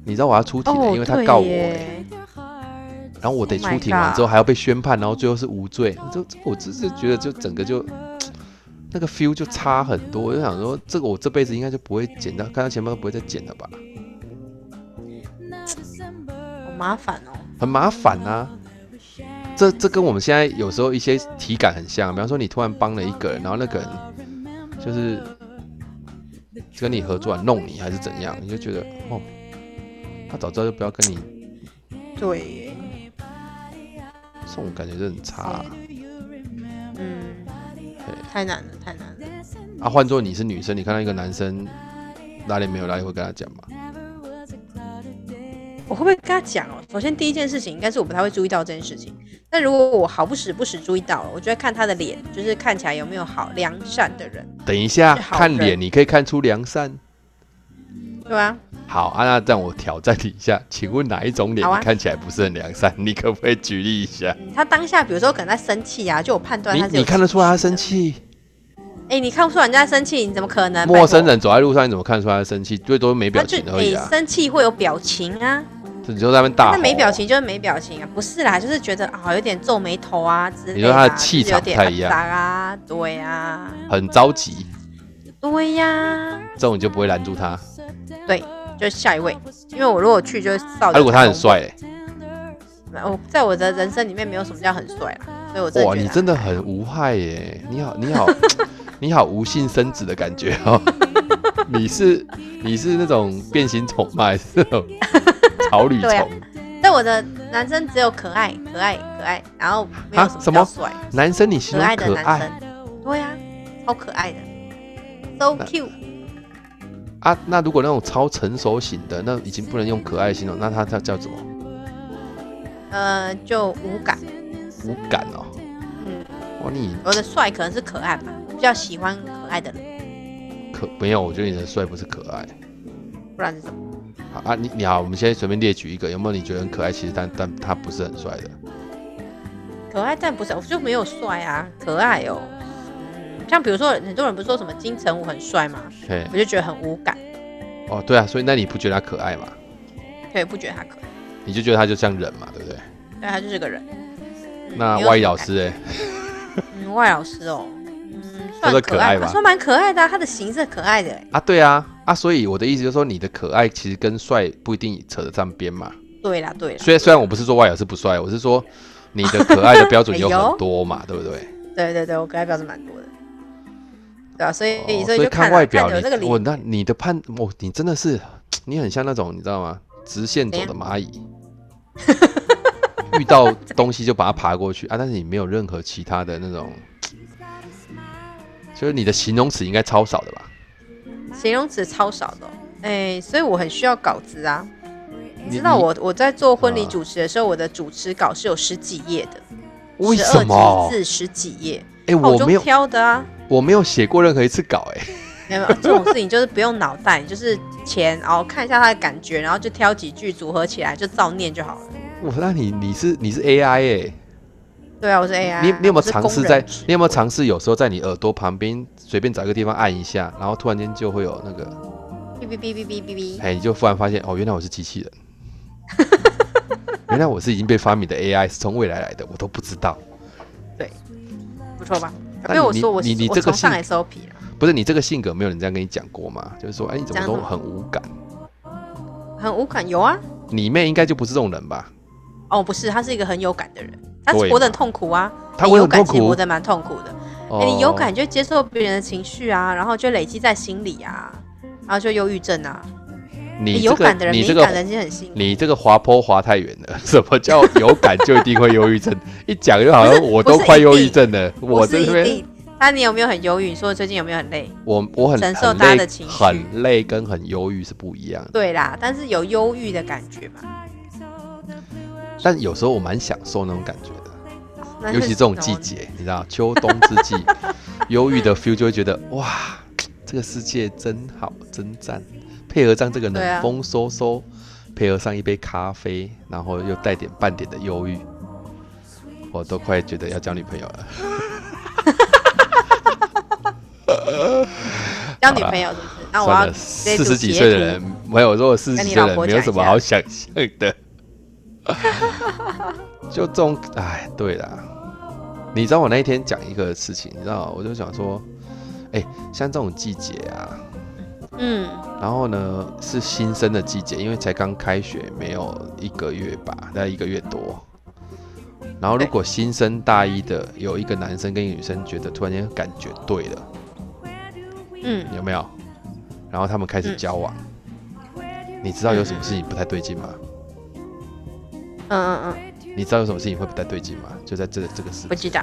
S1: 你知道我要出庭、欸，
S2: 哦，
S1: 因为他告我、
S2: 对
S1: 欸，
S2: 耶
S3: 然
S1: 然后
S3: 后我
S1: 我得
S2: Oh
S1: 出
S2: my
S1: 庭完之后
S2: God
S1: 还要被宣判，然后最后是无罪，就就我只是觉得就整个就那个 feel 就差很多，我就想说这个我这辈子应该就不会捡到，看到钱包都不会再捡了吧，
S2: 好麻烦哦。
S1: 很麻烦啊。这这跟我们现在有时候一些体感很像，比方说你突然帮了一个人，然后那个人就是跟你合作弄你还是怎样，你就觉得哦，他早知道就不要跟你，
S2: 对耶，
S1: 这种感觉就很差啊、
S2: 嗯
S1: 对，
S2: 太难了，太难了。
S1: 啊，换做你是女生，你看到一个男生拉链没有拉链，会跟他讲吗？
S2: 我会不会跟他讲哦？首先第一件事情应该是我不太会注意到这件事情。那如果我好不时不时注意到了，我就会看他的脸，就是看起来有没有好良善的人，
S1: 等一下
S2: 是好
S1: 看
S2: 人
S1: 脸，你可以看出良善。
S2: 对吧、
S1: 好，啊，那让我挑战你一下，请问哪一种脸、
S2: 好啊
S1: 你看起来不是很良善？你可不可以举例一下？
S2: 嗯他当下比如说可能在生气啊，就我判断
S1: 你
S2: 他是有
S1: 你看得出来他生
S2: 情绪的
S1: 气？
S2: 哎、你看不出来人家生气，你怎么可能？
S1: 陌生
S2: 呃拜
S1: 人走在路上，你怎么看得出来他生气？最多没表
S2: 托，他就
S1: 情而
S2: 哎、
S1: 已啊。
S2: 生气会有表情啊，
S1: 你就在那边大
S2: 那
S1: 吼，
S2: 没表情就是没表情啊，不是啦，就是觉得啊有点皱眉头啊之类的啊、
S1: 你说他的气场不
S2: 就是有
S1: 太
S2: 点
S1: 一样
S2: 阿杂啊，对啊，
S1: 很着急，
S2: 对呀、
S1: 这种你就不会拦住他。
S2: 对，就是下一位，因为我如果去就会扫、
S1: 啊、如果他很，帅、嘞
S2: 我在我的人生里面没有什么叫很帅啦，所以我真的
S1: 哇，
S2: 觉得
S1: 你真的很无害耶！你好， 你好，你好，无性生殖的感觉哦。 你是你是那种变形虫吗？还是那 种草履
S2: 对啊
S1: 虫？
S2: 但我的男生只有可爱可爱可爱，然后没有
S1: 啊
S2: 什
S1: 什
S2: 么叫
S1: 么
S2: 帅，
S1: 男生你形
S2: 可
S1: 容
S2: 爱的
S1: 可
S2: 男
S1: 爱
S2: 生，对呀、啊超可爱的，so cute。
S1: 啊？那如果那种超成熟型的，那已经不能用可爱形容，那他他叫什么？
S2: 呃，就无感。
S1: 无感哦。
S2: 嗯，
S1: 哇，你
S2: 我的帅可能是可爱吧，我比较喜欢可爱的人，
S1: 可没有？我觉得你的帅不是可爱。
S2: 不然是什么？
S1: 好啊，你你好，我们现在随便列举一个，有没有你觉得很可爱？其实但但他不是很帅的。
S2: 可爱但不是，我就没有帅啊，可爱哦。嗯，像比如说很多人不是说什么金城武很帅吗？
S1: 嘿，
S2: 我就觉得很无感，
S1: 哦，对啊，所以那你不觉得他可爱嘛？
S2: 对，不觉得他可爱，
S1: 你就觉得他就像人嘛，对不对？
S2: 对他就是个人。嗯
S1: 那
S2: 没有
S1: 外语
S2: 什么
S1: 老
S2: 感
S1: 师哎、
S2: 嗯，外老师哦，嗯，
S1: 他
S2: 算
S1: 说
S2: 可
S1: 可
S2: 爱
S1: 爱
S2: 吧，
S1: 吧
S2: 他说蛮可爱的啊、他的型是可爱的欸，
S1: 啊，对啊，啊，所以我的意思就是说，你的可爱其实跟帅不一定扯得上边嘛。
S2: 对啦对啦，
S1: 虽然虽然我不是说外表是不帅，我是说你的可爱的标准
S2: 哎
S1: 有
S2: 呦
S1: 很多嘛，对不对？
S2: 对对对，我可爱标准蛮多的，对啊，所以、
S1: 哦
S2: 所以
S1: 所
S2: 就
S1: 以看
S2: 啦
S1: 外表，
S2: 看有这个
S1: 你
S2: 理
S1: 我那你的判，我、哦、你真的是，你很像那种你知道吗？直线走的蚂蚁， 遇到东西就把它爬过去啊，但是你没有任何其他的那种，就是你的形容词应该超少的吧？
S2: 形容词超少的哦、哎、所以我很需要稿子啊。你
S1: 你
S2: 知道我我在做婚礼
S1: 啊
S2: 主持的时候，我的主持稿是有十几页的，
S1: 为
S2: 12
S1: 什么
S2: 几？字十几页？
S1: 哎、
S2: 那
S1: 我
S2: 哦就
S1: 没有，
S2: 挑的啊。
S1: 我没有写过任何一次稿、哎。
S2: 没有这种事情就是不用脑袋， 就是前然后看一下他的感觉，然后就挑几句组合起来就照念就好了。
S1: 哇，那你你是你是 AI 哎、
S2: 对啊，我是 AI 啊。
S1: 你你有没有
S2: 我是
S1: 尝试
S2: 工人
S1: 在
S2: 职
S1: 你有没有尝试有时候在你耳朵旁边随便找一个地方按一下，然后突然间就会有那个，
S2: 哔哔哔哔哔哔哔？
S1: 哎，你就忽然发现哦，原来我是机器人，原来我是已经被发明的 AI，是从未来来的，我都不知道。
S2: 不错吧？
S1: 那
S2: 没有我
S1: 你
S2: 说我
S1: 你你
S2: 我
S1: 这个
S2: 崇尚
S1: 性
S2: SOP 啊。
S1: 不是你这个性格，没有人这样跟你讲过吗？就是说，哎，你怎么
S2: 讲
S1: 都
S2: 什么
S1: 很无感？
S2: 很无感，有啊。
S1: 你妹应该就不是这种人吧？
S2: 哦，不是，他是一个很有感的人，他
S1: 对
S2: 活得很
S1: 嘛
S2: 痛苦啊。
S1: 他
S2: 你
S1: 活得
S2: 有
S1: 很
S2: 感
S1: 痛
S2: 情活
S1: 苦，
S2: 得蛮痛苦的。
S1: 哦
S2: 哎你有感就接受别人的情绪啊，然后就累积在心里啊，然后就忧郁症啊。哎
S1: 你
S2: 有
S1: 这个
S2: 感的人，
S1: 你
S2: 敏
S1: 这
S2: 感的
S1: 个
S2: 人就很辛苦。
S1: 你这个滑坡滑太远了，什么叫有感就一定会忧郁症？ 一讲就好像
S2: 不是
S1: 我
S2: 不
S1: 都
S2: 是
S1: 快
S2: 一
S1: 忧郁
S2: 定
S1: 症了，我
S2: 不是
S1: 这
S2: 一
S1: 边
S2: 定。那你有没有很忧郁？你说最近有没有很累？
S1: 我我很
S2: 承受
S1: 很
S2: 大家
S1: 累
S2: 的情绪
S1: 很累跟很忧郁是不一样的，
S2: 对啦，但是有忧郁的感觉嘛，
S1: 但有时候我蛮享受那种感觉的。
S2: 那
S1: 尤其
S2: 是
S1: 这种
S2: 什
S1: 季
S2: 么
S1: 节，你知道，秋冬之际，忧郁的 feel 就会觉得哇，这个世界真好，真赞。配合上这个
S2: 对啊
S1: 冷风嗖嗖，配合上一杯咖啡，然后又带点半点的忧郁，我都快觉得要交女朋友了。
S2: 交女朋友是不是？那我
S1: 算
S2: 要
S1: 了，
S2: 这一
S1: 四
S2: 组
S1: 十几
S2: 截
S1: 岁的
S2: 图
S1: 人，没有，如果四十
S2: 跟
S1: 几
S2: 你
S1: 岁
S2: 老
S1: 的人
S2: 婆
S1: 没有
S2: 讲
S1: 什
S2: 一
S1: 么
S2: 下
S1: 好想象 的。就这种，哎，对啦，你知道我那一天讲一个事情，你知道，我就想说，哎、像这种季节啊，
S2: 嗯，
S1: 然后呢是新生的季节，因为才刚开学没有一个月吧，大概一个月多。然后如
S2: 对
S1: 果新生大一的有一个男生跟一个女生觉得突然间感觉对了，
S2: 嗯，
S1: 有没有？然后他们开始
S2: 嗯
S1: 交往，你知道有什么事情不太对劲吗？
S2: 嗯嗯嗯，
S1: 你知道有什么事情会不太对劲吗？就在这这个事
S2: 不，知道。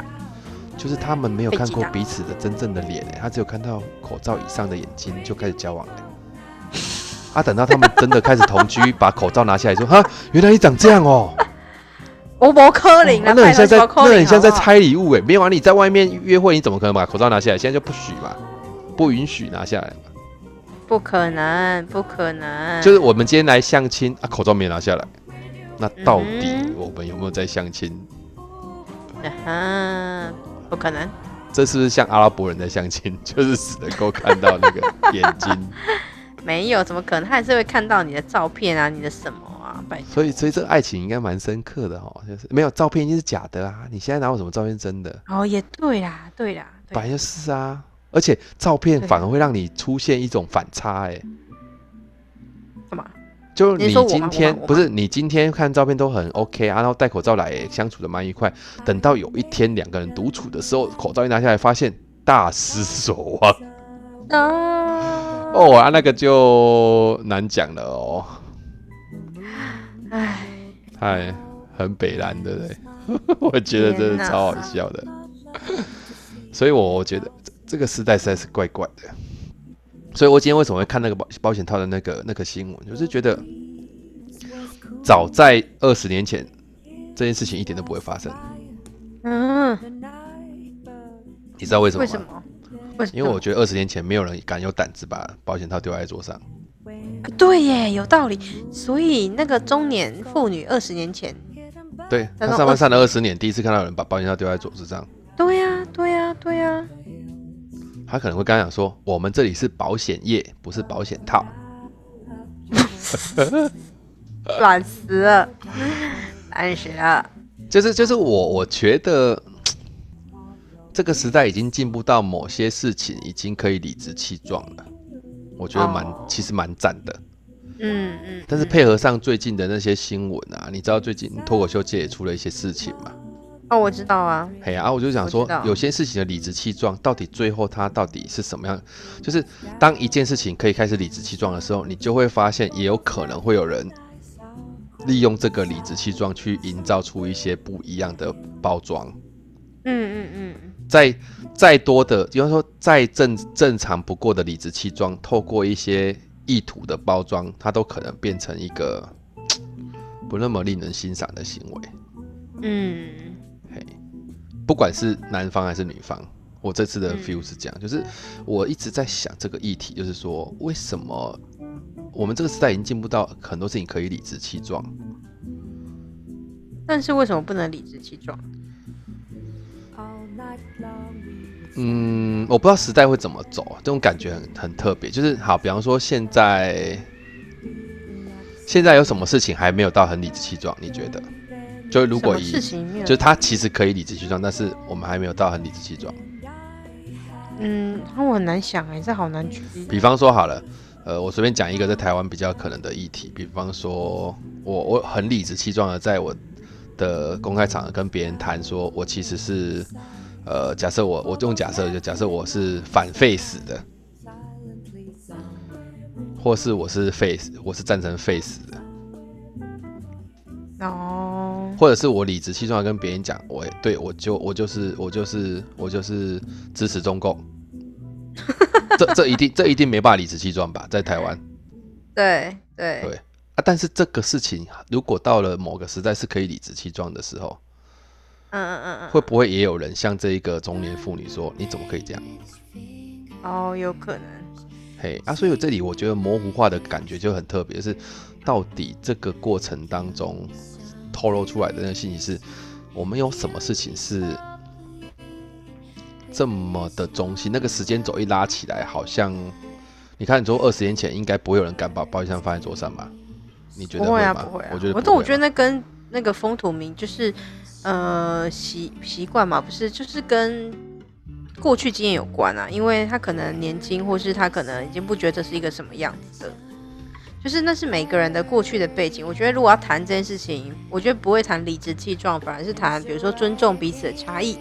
S1: 就是他们没有
S2: 被
S1: 看
S2: 击
S1: 过
S2: 打
S1: 彼此的真正的脸、欸，他只有看到口罩以上的眼睛就开始交往了、欸。啊，等到他们真的开始同居，把口罩拿下来说：“ 哈，原来你长这样哦、
S2: 我不可能
S1: 啊
S2: 啦，
S1: 那
S2: 拜
S1: 很
S2: 托
S1: 像
S2: 你
S1: 在，
S2: 不可能
S1: 那很像在
S2: 好不好
S1: 拆礼物哎、欸。没有啊，你在外面约会，你怎么可能把口罩拿下来？现在就不许嘛，不允许拿下来嘛。
S2: 不可能，不可能，
S1: 就是我们今天来相亲啊，口罩没拿下来，那到底
S2: 嗯哼
S1: 我们有没有在相亲？
S2: 嗯，不可能，
S1: 这是不是像阿拉伯人在相亲，就是只能够看到那个眼 睛？
S2: 没有，怎么可能？他还是会看到你的照片啊，你的什么啊，拜托。
S1: 所以，所以这个爱情应该蛮深刻的哦，就是没有照片一定是假的啊，你现在哪有什么照片是真的？
S2: 哦，也对啦，对啦，
S1: 本来就
S2: 对，
S1: 是啊，而且照片
S2: 对啊
S1: 反而会让你出现一种反差、欸，哎，
S2: 干嘛？
S1: 就
S2: 你
S1: 你
S2: 是说我
S1: 今
S2: 吗
S1: 天
S2: 我吗哦
S1: 不是你今天看照片都很 OK 啊，然后戴口罩来也相处的蛮愉快，等到有一天两个人独处的时候，口罩一拿下来，发现大失所 望。
S2: 啊，
S1: 哦啊，那个就难讲了哦。
S2: 唉，
S1: 嗨，很北蓝，对不 对？我觉得真
S2: 天
S1: 的
S2: 哪
S1: 超好笑的。所以我我觉得这这个时代实在是怪怪的。所以我今天为什么会看那个保保险套的那个那个新闻，就是觉得早在二十年前，这件事情一点都不会发生。
S2: 嗯，
S1: 你知道为什么
S2: 为
S1: 吗？
S2: 什么？为什么？
S1: 因为我觉得二十年前没有人敢有胆子把保险套丢在桌上。
S2: 啊对耶，有道理。所以那个中年妇女二十年前，
S1: 对他
S2: 但是
S1: 上班
S2: 20
S1: 上了二十年，第一次看到有人把保险套丢在桌子上，
S2: 对呀、对呀、对呀、
S1: 他可能会跟他讲说：“我们这里是保险业，不是保险套。”
S2: 软死了，烂死了。
S1: 就是就是我我觉得这个时代已经进步到某些事情已经可以理直气壮了，我觉得蛮、
S2: 哦
S1: 其实蛮赞的。
S2: 嗯嗯，
S1: 但是配合上最近的那些新闻啊，你知道最近脱口秀界也出了一些事情嘛？
S2: 哦，我知道啊，
S1: 嘿呀、啊，我就想
S2: 我
S1: 说
S2: 知道，
S1: 有些事情的理直气壮，到底最后它到底是什么样？就是当一件事情可以开始理直气壮的时候，你就会发现，也有可能会有人利用这个理直气壮去营造出一些不一样的包装。
S2: 嗯嗯嗯
S1: 再再多的，比方说再正正常不过的理直气壮，透过一些意图的包装，它都可能变成一个嘖不那么令人欣赏的行为。
S2: 嗯，
S1: 嘿，不管是男方还是女方，我这次的 feel 是这样，就是我一直在想这个议题，就是说为什么我们这个时代已经进步到很多事情可以理直气壮，
S2: 但是为什么不能理直气壮？
S1: 嗯，我不知道时代会怎么走，这种感觉很很特别。就是好，比方说现在，现在有什么事情还没有到很理直气壮？你觉得？就如
S2: 什
S1: 果
S2: 么
S1: 以
S2: 事情没有
S1: 就是他其实可以理直气壮，但是我们还没有到很理直气壮。
S2: 嗯，那我很难想哎，这好难举例。
S1: 比方说好了，呃，我随便讲一个在台湾比较可能的议题，比方说我我很理直气壮的在我的公开场合跟别人谈说，我其实是呃，假设我我用假设就假设我是反 face 的，或是我是 face，我是赞成 face 的，
S2: 哦，
S1: 或者是我理直气壮地跟别人讲，我对我就我就是我就是我就是支持中共，这这一定这一定没办法理直气壮吧，在台湾
S2: 对对
S1: 对啊，但是这个事情如果到了某个时代是可以理直气壮的时候，
S2: 嗯嗯嗯
S1: 会不会也有人像这一个中年妇女说，你怎么可以这样？
S2: 嗯，哦，有可能，
S1: 嘿啊，所以我这里我觉得模糊化的感觉就很特别，是到底这个过程当中透露出来的那个信息是，我们有什么事情是这么的中心？那个时间轴一拉起来，好像你看，你说二十年前应该不会有人敢把包厢放在桌上吧？你觉得
S2: 不会啊
S1: 吗？
S2: 不会啊，
S1: 我觉得不会
S2: 但我觉得
S1: 嘛
S2: 那跟那个风土民就是呃习习惯嘛，不是就是跟。过去经验有关啊，因为他可能年轻，或是他可能已经不觉得这是一个什么样子的，就是那是每个人的过去的背景。我觉得如果要谈这件事情，我觉得不会谈理直气壮，反而是谈比如说尊重彼此的差异。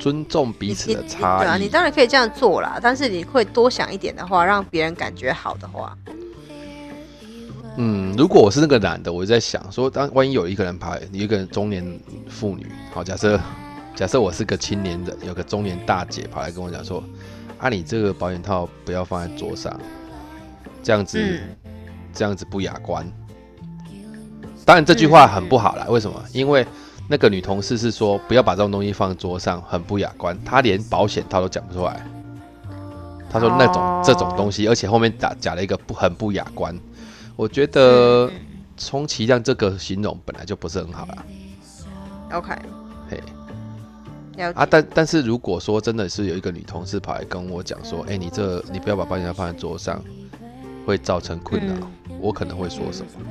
S1: 尊重彼此的
S2: 你你
S1: 差
S2: 对啊，
S1: 异。
S2: 你当然可以这样做啦，但是你会多想一点的话，让别人感觉好的话，
S1: 嗯，如果我是那个男的，我就在想说，当万一有一个人排，有一个中年妇女，好，假设假设我是个青年人，有个中年大姐跑来跟我讲说，啊，你这个保险套不要放在桌上，这样子、
S2: 嗯
S1: 这样子不雅观。当然这句话很不好啦，为什么？因为那个女同事是说不要把这种东西放桌上，很不雅观，她连保险套都讲不出来。她说那种、这种东西，而且后面打加了一个不很不雅观，我觉
S2: 嗯
S1: 得充其量这个形容本来就不是很好啦。
S2: ，OK，
S1: 嘿
S2: 了解。
S1: 啊，但但是如果说真的是有一个女同事跑来跟我讲说，哎、你这你不要把保险套放在桌上，会造成困扰，我可能会说什么？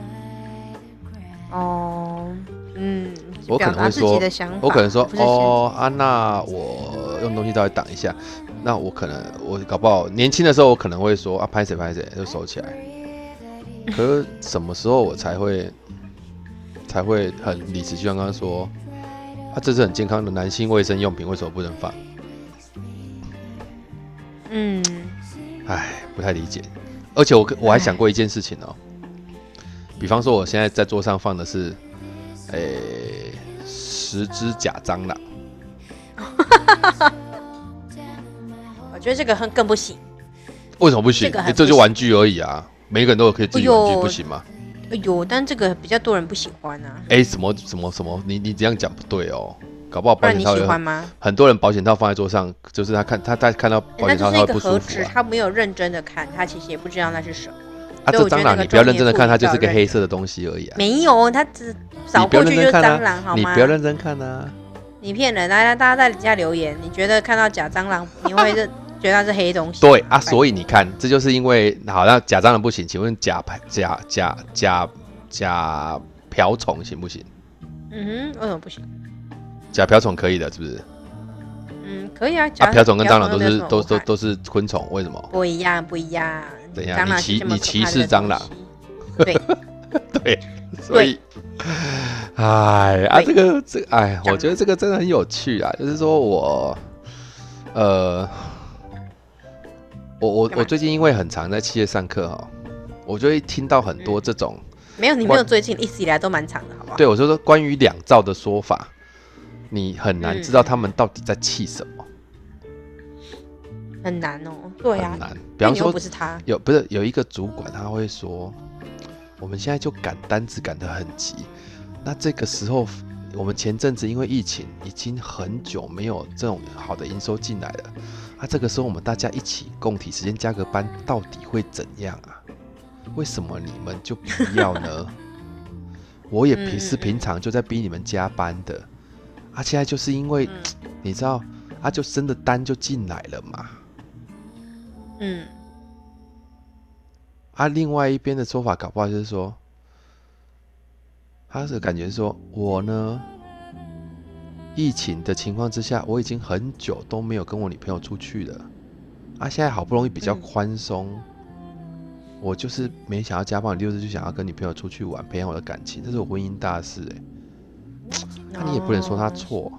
S2: 哦，嗯，
S1: 我可
S2: 表
S1: 能
S2: 达
S1: 会
S2: 自己
S1: 说
S2: 的想法，，
S1: 我可能说
S2: 不，是嫌
S1: 哦，啊，那我用东西稍微挡一下，那我可能我搞不好年轻的时候我可能会说啊，拍谁拍谁就收起来，可是什么时候我才会才会很理直气壮跟他说，啊，这是很健康的男性卫生用品，为什么不能放？
S2: 嗯，
S1: 唉，不太理解。而且我跟我还想过一件事情哦，比方说我现在在桌上放的是，诶、十只假蟑螂。
S2: 我觉得这个很更不行。
S1: 为什么不行？
S2: 这个
S1: 这
S2: 还
S1: 这
S2: 不
S1: 就
S2: 行
S1: 玩具而已啊，每个人都有可以自己
S2: 哎呦
S1: 玩具，不行吗？
S2: 哎呦，但这个比较多人不喜欢啊，
S1: 哎、什么什么什么，你你这样讲不对哦，搞不好
S2: 不
S1: 保
S2: 然
S1: 险
S2: 你
S1: 套
S2: 喜
S1: 有
S2: 欢吗？
S1: 很多人保险套放在桌上，就是他看他他看到保
S2: 哎
S1: 险套
S2: 那就是
S1: 他
S2: 一
S1: 会
S2: 个
S1: 不舒
S2: 盒
S1: 服
S2: 子，
S1: 啊。
S2: 他没有认真的看，他其实也不知道那是什么。
S1: 啊，
S2: 对
S1: 这
S2: 我觉
S1: 蟑
S2: 得
S1: 螂
S2: 那
S1: 你
S2: 个
S1: 不要
S2: 中
S1: 认
S2: 年
S1: 真的
S2: 妇
S1: 看，
S2: 女
S1: 它就
S2: 不要
S1: 是个
S2: 认
S1: 黑色的东西而已啊。
S2: 没有，他只
S1: 你
S2: 扫
S1: 不要
S2: 过
S1: 认
S2: 去
S1: 真
S2: 就是
S1: 看
S2: 蟑
S1: 啊
S2: 螂，好
S1: 你
S2: 吗
S1: 不？要认真看啊。
S2: 你骗人！大家大家在底下留言，你觉得看到假蟑螂，你会 认觉得它是黑东西？
S1: 对啊，所以你看，这就是因为好像假蟑螂不行，请问假排假假假假瓢虫行不行？
S2: 嗯哼，为什么不行？
S1: 假瓢虫可以的，是不是？
S2: 嗯，可以啊。假
S1: 啊，瓢虫跟蟑螂都
S2: 瓢虫
S1: 是
S2: 没有
S1: 都
S2: 什么
S1: 都
S2: 好看
S1: 都是昆虫，为什么？
S2: 不一样，不一样。
S1: 怎样
S2: 蟑螂
S1: 你歧
S2: 是这
S1: 你
S2: 么可
S1: 歧
S2: 怕的
S1: 视
S2: 东
S1: 蟑螂
S2: 西？ 对，
S1: 对，所以，哎啊，这
S2: 对
S1: 个这个哎，
S2: 讲
S1: 我觉得这个真的很有趣啊，就是说我，呃，我我
S2: 干嘛
S1: 我最近因为很常在企业上课哦，我就会听到很
S2: 嗯
S1: 多这种，
S2: 没有你
S1: 我
S2: 没有最近，一直以来都蛮长的，好不好？
S1: 对我就说关于两造的说法，你很难
S2: 嗯
S1: 知道他们到底在气什么，
S2: 很难哦。对啊
S1: 很，难。比
S2: 因
S1: 方
S2: 为你又
S1: 说
S2: 不是他，
S1: 有不是有一个主管他会说，我们现在就赶单子赶得很急，那这个时候我们前阵子因为疫情已经很久没有这种好的营收进来了，啊，这个时候我们大家一起共体时间加个班，到底会怎样啊？为什么你们就不要呢？我也平是
S2: 嗯嗯嗯
S1: 平常就在逼你们加班的，啊，现在就是因为、你知道，啊，就真的单就进来了嘛。
S2: 嗯，
S1: 啊，另外一边的说法搞不好就是说，他是感觉说我呢，疫情的情况之下，我已经很久都没有跟我女朋友出去了，啊，现在好不容易比较
S2: 嗯
S1: 宽松，我就是没想要家暴，你六日就想要跟女朋友出去玩，培养我的感情，这是我婚欸啊姻大事哎、那、你也不能说他
S2: 哦
S1: 错，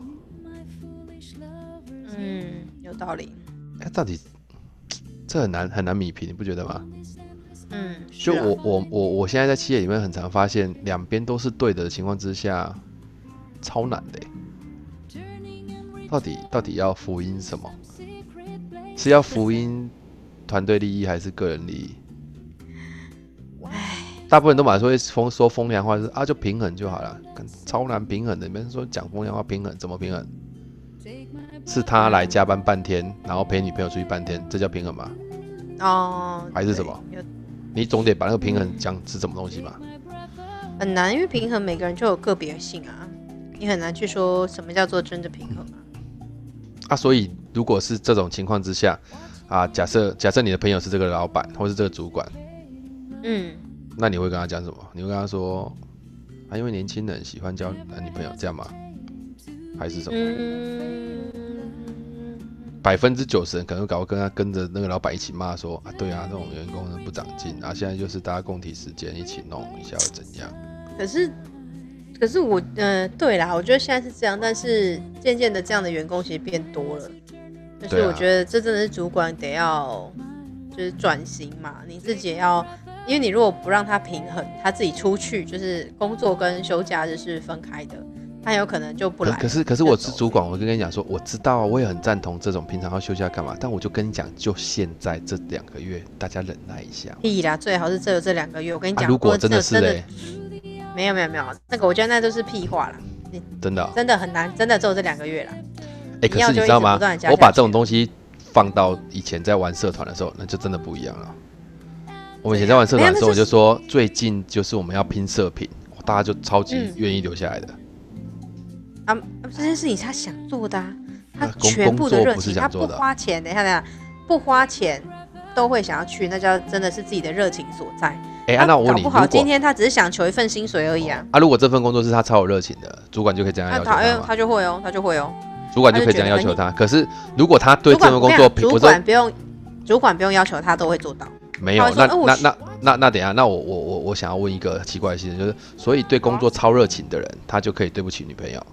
S2: 嗯，有道理。
S1: 哎、到底这很难很难米平，你不觉得吗？
S2: 嗯，
S1: 就是
S2: 啊
S1: 我我我我现在在企业里面很常发现，两边都是对的情况之下，超难的欸。到底到底要福音什么？是要福音团队利益还是个人利益？大部分人都马上说风说风凉话，就是啊就平衡就好了，干超难平衡的。你们说讲风凉话平衡怎么平衡？是他来加班半天，然后陪女朋友出去半天，这叫平衡吗？
S2: 哦，
S1: 还是什
S2: 对
S1: 么
S2: 有
S1: 你总得把那个平衡讲是什么东西吧？
S2: 很难，因为平衡每个人就有个别性啊，你很难去说什么叫做真的平衡啊。
S1: 啊，所以如果是这种情况之下，啊，假设假设你的朋友是这个老板或是这个主管，
S2: 嗯，
S1: 那你会跟他讲什么？你会跟他说，啊，因为年轻人喜欢交男女朋友，这样吗？还是什么？
S2: 嗯，
S1: 百分之九十人可能会搞跟他跟着那个老板一起骂说，啊，对啊，这种员工呢不长进啊，现在就是大家共体时间一起弄一下会怎样？
S2: 可是，可是我，嗯、对啦，我觉得现在是这样，但是渐渐的这样的员工其实变多了，就
S1: 对
S2: 是
S1: 啊
S2: 我觉得这真的是主管得要就是转型嘛，你自己也要，因为你如果不让他平衡，他自己出去就是工作跟休假日是分开的，他有可能就不
S1: 可
S2: 来。
S1: 呃可是可是
S2: 就
S1: 我
S2: 走
S1: 是
S2: 了
S1: 主管，我就跟你讲说，我知道啊，我也很赞同这种平常要休假干嘛，但我就跟你讲，就现在这两个月，大家忍耐一下。
S2: 屁啦，最好是只有这两个月。我跟你
S1: 啊，
S2: 讲，
S1: 如果
S2: 论
S1: 真的是欸
S2: 真
S1: 嘞、
S2: 的没有没有没有，那个我觉得那都是屁话啦，
S1: 真的哦、
S2: 真的很难，真的只有这两个月啦。
S1: 哎、可是你
S2: 就
S1: 知
S2: 一
S1: 道
S2: 直
S1: 吗
S2: 不断地？加
S1: 我把
S2: 下
S1: 这种
S2: 去
S1: 东西放到以前在玩社团的时候，那就真的不一样了。我们以前在玩社
S2: 啊没有
S1: 团的时候，
S2: 那
S1: 我就
S2: 就是
S1: 说最近就是我们要拼社品，大家就超级
S2: 嗯
S1: 愿意留下来的。
S2: 啊，啊这件事情是他想做的、啊，他
S1: 啊工
S2: 全部的
S1: 工作
S2: 热
S1: 不是
S2: 情，
S1: 想
S2: 他
S1: 做
S2: 不
S1: 的啊
S2: 花钱。等一下等一下，不花钱都会想要去，那叫真的是自己的热情所在。
S1: 哎、
S2: 他
S1: 啊，那我问
S2: 搞
S1: 你，
S2: 不
S1: 如
S2: 好
S1: 果
S2: 今天他只是想求一份薪水而已啊。
S1: 啊，如果这份工作是他超有热情的，主管就可以这样哦要求
S2: 那他哎
S1: 他
S2: 呦，
S1: 吗？
S2: 他就会哦，他就会哦。
S1: 主管
S2: 他
S1: 就
S2: 就
S1: 可以这
S2: 觉
S1: 样
S2: 得
S1: 要
S2: 很
S1: 求
S2: 有
S1: 他。可是如果他对
S2: 主
S1: 这
S2: 管
S1: 份
S2: 不
S1: 工
S2: 用
S1: 作平，
S2: 主
S1: 我说
S2: 管不用，主管不用要求他都会做到。
S1: 没有
S2: 他，会
S1: 那
S2: 说哦我
S1: 那
S2: 需
S1: 那那那等一下，那我我我我想要问一个奇怪的事情，就是所以对
S2: 啊
S1: 工作超热情的人，他就可以对不起女朋友，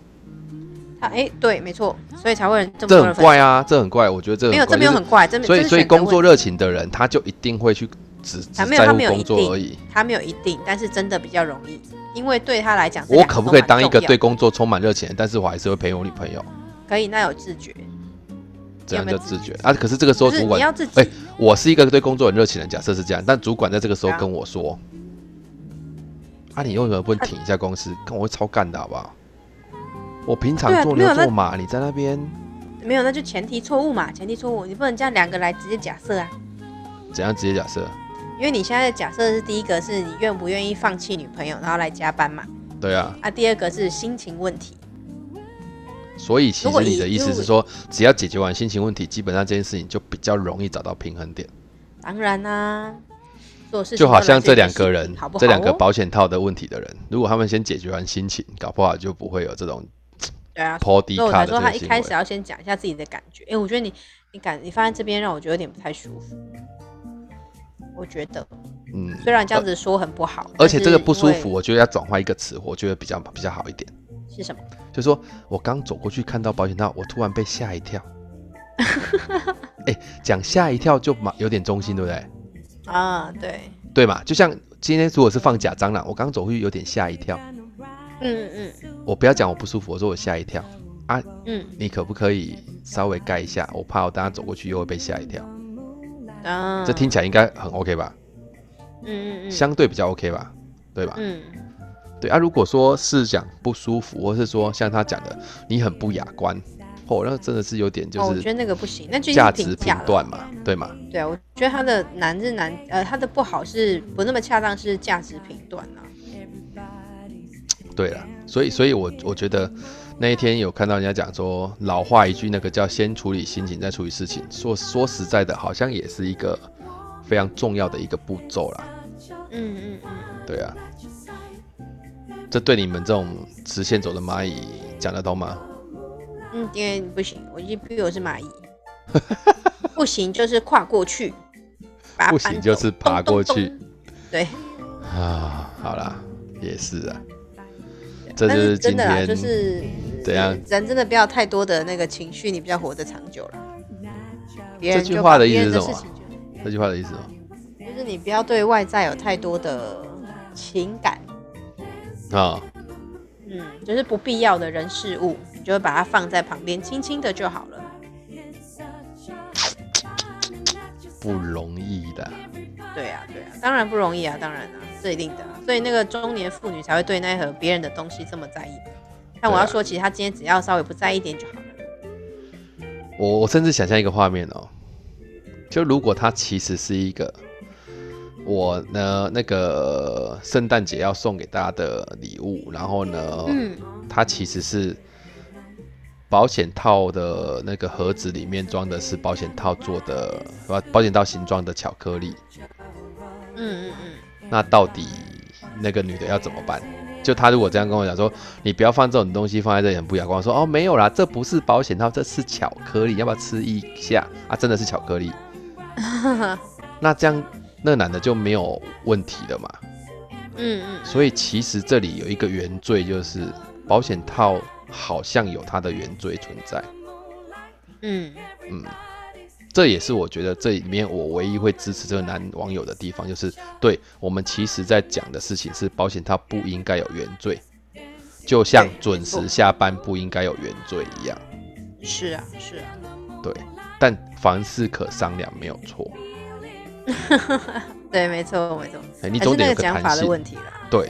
S2: 他哎，对，没错，所以才会有
S1: 这
S2: 这么多
S1: 很
S2: 人分手。
S1: 怪啊，这很怪，我觉得这很
S2: 没有，
S1: 怪
S2: 这没有
S1: 就是
S2: 很怪，这没
S1: 所以
S2: 这是
S1: 所以
S2: 选择
S1: 工作
S2: 问
S1: 热情的人，他就一定会去只只
S2: 啊没有
S1: 在
S2: 他
S1: 乎
S2: 没有
S1: 工
S2: 一定
S1: 作而已。
S2: 他没有一定，但是真的比较容易，因为对他来讲，这
S1: 我
S2: 两个
S1: 可不
S2: 都
S1: 可以
S2: 蛮
S1: 当一个
S2: 重要
S1: 对工作充满热情的人，但是我还是会陪我女朋友？
S2: 可以，那有自觉，
S1: 这样
S2: 没
S1: 叫
S2: 有
S1: 自觉啊！可是这个时候
S2: 就是
S1: 主
S2: 你
S1: 管，
S2: 要自己、
S1: 哎我是一个对工作很热情的人，假设是这样，但主管在这个时候
S2: 啊
S1: 跟我说：“啊，你为什么不能挺一下公司？看我会超干的好不好？我平常
S2: 对啊
S1: 做
S2: 没
S1: 牛
S2: 有那
S1: 做马，你在那边
S2: 没有，那就前提错误嘛，前提错误，你不能这样两个来直接假设啊，
S1: 怎样直接假设？
S2: 因为你现在的假设是第一个是你愿不愿意放弃女朋友，然后来加班嘛，
S1: 对啊，
S2: 啊，第二个是心情问题，
S1: 所以其
S2: 如果
S1: 实你
S2: 以
S1: 的意思
S2: 如
S1: 是
S2: 果
S1: 说，只要解决完心情问题，基本上这件事情就比较容易找到平衡点。”
S2: 当然啦、做事情
S1: 就好像这两
S2: 要
S1: 个
S2: 来自
S1: 人
S2: 己，好不好哦、
S1: 这两个保险套的问题的人，如果他们先解决完心情，搞不好就不会有这种
S2: 对啊，
S1: p o d
S2: 所
S1: y
S2: 以我
S1: c a
S2: 才
S1: 的
S2: 说他
S1: 这个
S2: 一
S1: 行
S2: 开始
S1: 为。
S2: 啊要先讲一下自己的感觉，哎、我觉得你你感你放在这边让我觉得有点不太舒服，我觉得
S1: 嗯，
S2: 虽然这样子说很不好，
S1: 而
S2: 但
S1: 且
S2: 是
S1: 这个不舒
S2: 因为
S1: 服，我觉得要转换一个词，我觉得比较比较好一点。
S2: 是什么？
S1: 就说我刚走过去看到保险套，我突然被吓一 跳。哎、讲吓一跳就嘛有点中性，对不对？
S2: 啊，对，
S1: 对嘛？就像今天如果是放假蟑螂，我刚走过去有点吓一跳，
S2: 嗯嗯
S1: 我不要讲我不舒服，我说我吓一跳。
S2: 嗯
S1: 你可不可以稍微盖一下？我怕我等下走过去又会被吓一跳。
S2: 嗯啊，
S1: 这听起来应该很 OK 吧？
S2: 嗯嗯嗯
S1: 相对比较 OK 吧，对吧？
S2: 嗯
S1: 对啊，如果说是讲不舒服，或是说像他讲的，你很不雅观，哦，那真的是有点
S2: 哦，
S1: 就
S2: 我觉
S1: 是
S2: 得那个不行，那就已经
S1: 价
S2: 是
S1: 值
S2: 评
S1: 评
S2: 价了。
S1: 断嘛，对吗？
S2: 对，我觉得他的难是难，呃，他的不好是不那么恰当，是价值评断啊。
S1: 对了，所以所以我我觉得那一天有看到人家讲说，老话一句，那个叫先处理心情，再处理事情。说说实在的，好像也是一个非常重要的一个步骤啦。
S2: 嗯嗯嗯，
S1: 对啊，这对你们这种直线走的蚂蚁讲得通吗？
S2: 嗯，因为不行，我一逼我是蚂蚁，不行就是跨过去，把它
S1: 不行
S2: 搬
S1: 就
S2: 走
S1: 是爬过去。
S2: 咚咚咚对，
S1: 啊，好啦，也是啊，这
S2: 但
S1: 就是是今
S2: 真的啦，啊
S1: 天
S2: 就是
S1: 怎样？
S2: 人真的不要太多的那个情绪，你比较活得长久了。别人
S1: 这句
S2: 就
S1: 话
S2: 把
S1: 的
S2: 别
S1: 意思
S2: 人
S1: 是
S2: 的
S1: 什
S2: 事
S1: 么
S2: 情就
S1: 这句话的意思哦。
S2: 就是你不要对外在有太多的情感，
S1: 啊、
S2: 嗯，就是不必要的人事物，你就会把它放在旁边，轻轻的就好了。
S1: 不容易的。
S2: 对啊，对啊，当然不容易啊，当然啊，这一定的啊、所以那个中年妇女才会对那盒别人的东西这么在意。但我要
S1: 对啊
S2: 说，其实她今天只要稍微不在意一点就好了。
S1: 我我甚至想象一个画面哦，就如果它其实是一个我呢那个圣诞节要送给大家的礼物，然后呢，
S2: 嗯，
S1: 它其实是保险套的那个盒子里面装的是保险套做的，保保险套形状的巧克力，
S2: 嗯嗯嗯，
S1: 那到底那个女的要怎么办？就她如果这样跟我讲说，你不要放这种东西放在这里很不雅观，我说哦没有啦，这不是保险套，这是巧克力，要不要吃一下啊？真的是巧克力，那这样那男的就没有问题了嘛？
S2: 嗯嗯，
S1: 所以其实这里有一个原罪，就是保险套好像有它的原罪存在，
S2: 嗯，
S1: 这也是我觉得这里面我唯一会支持这个男网友的地方，就是对我们其实在讲的事情是保险套不应该有原罪，就像准时下班不应该有原罪一样，
S2: 是啊是啊，
S1: 对。但凡事可商量，没有错。
S2: 对，没错没错，
S1: 哎你
S2: 还
S1: 总
S2: 是
S1: 得
S2: 那
S1: 有
S2: 个
S1: 个
S2: 讲
S1: 弹
S2: 法的
S1: 性，
S2: 问题啦。
S1: 对，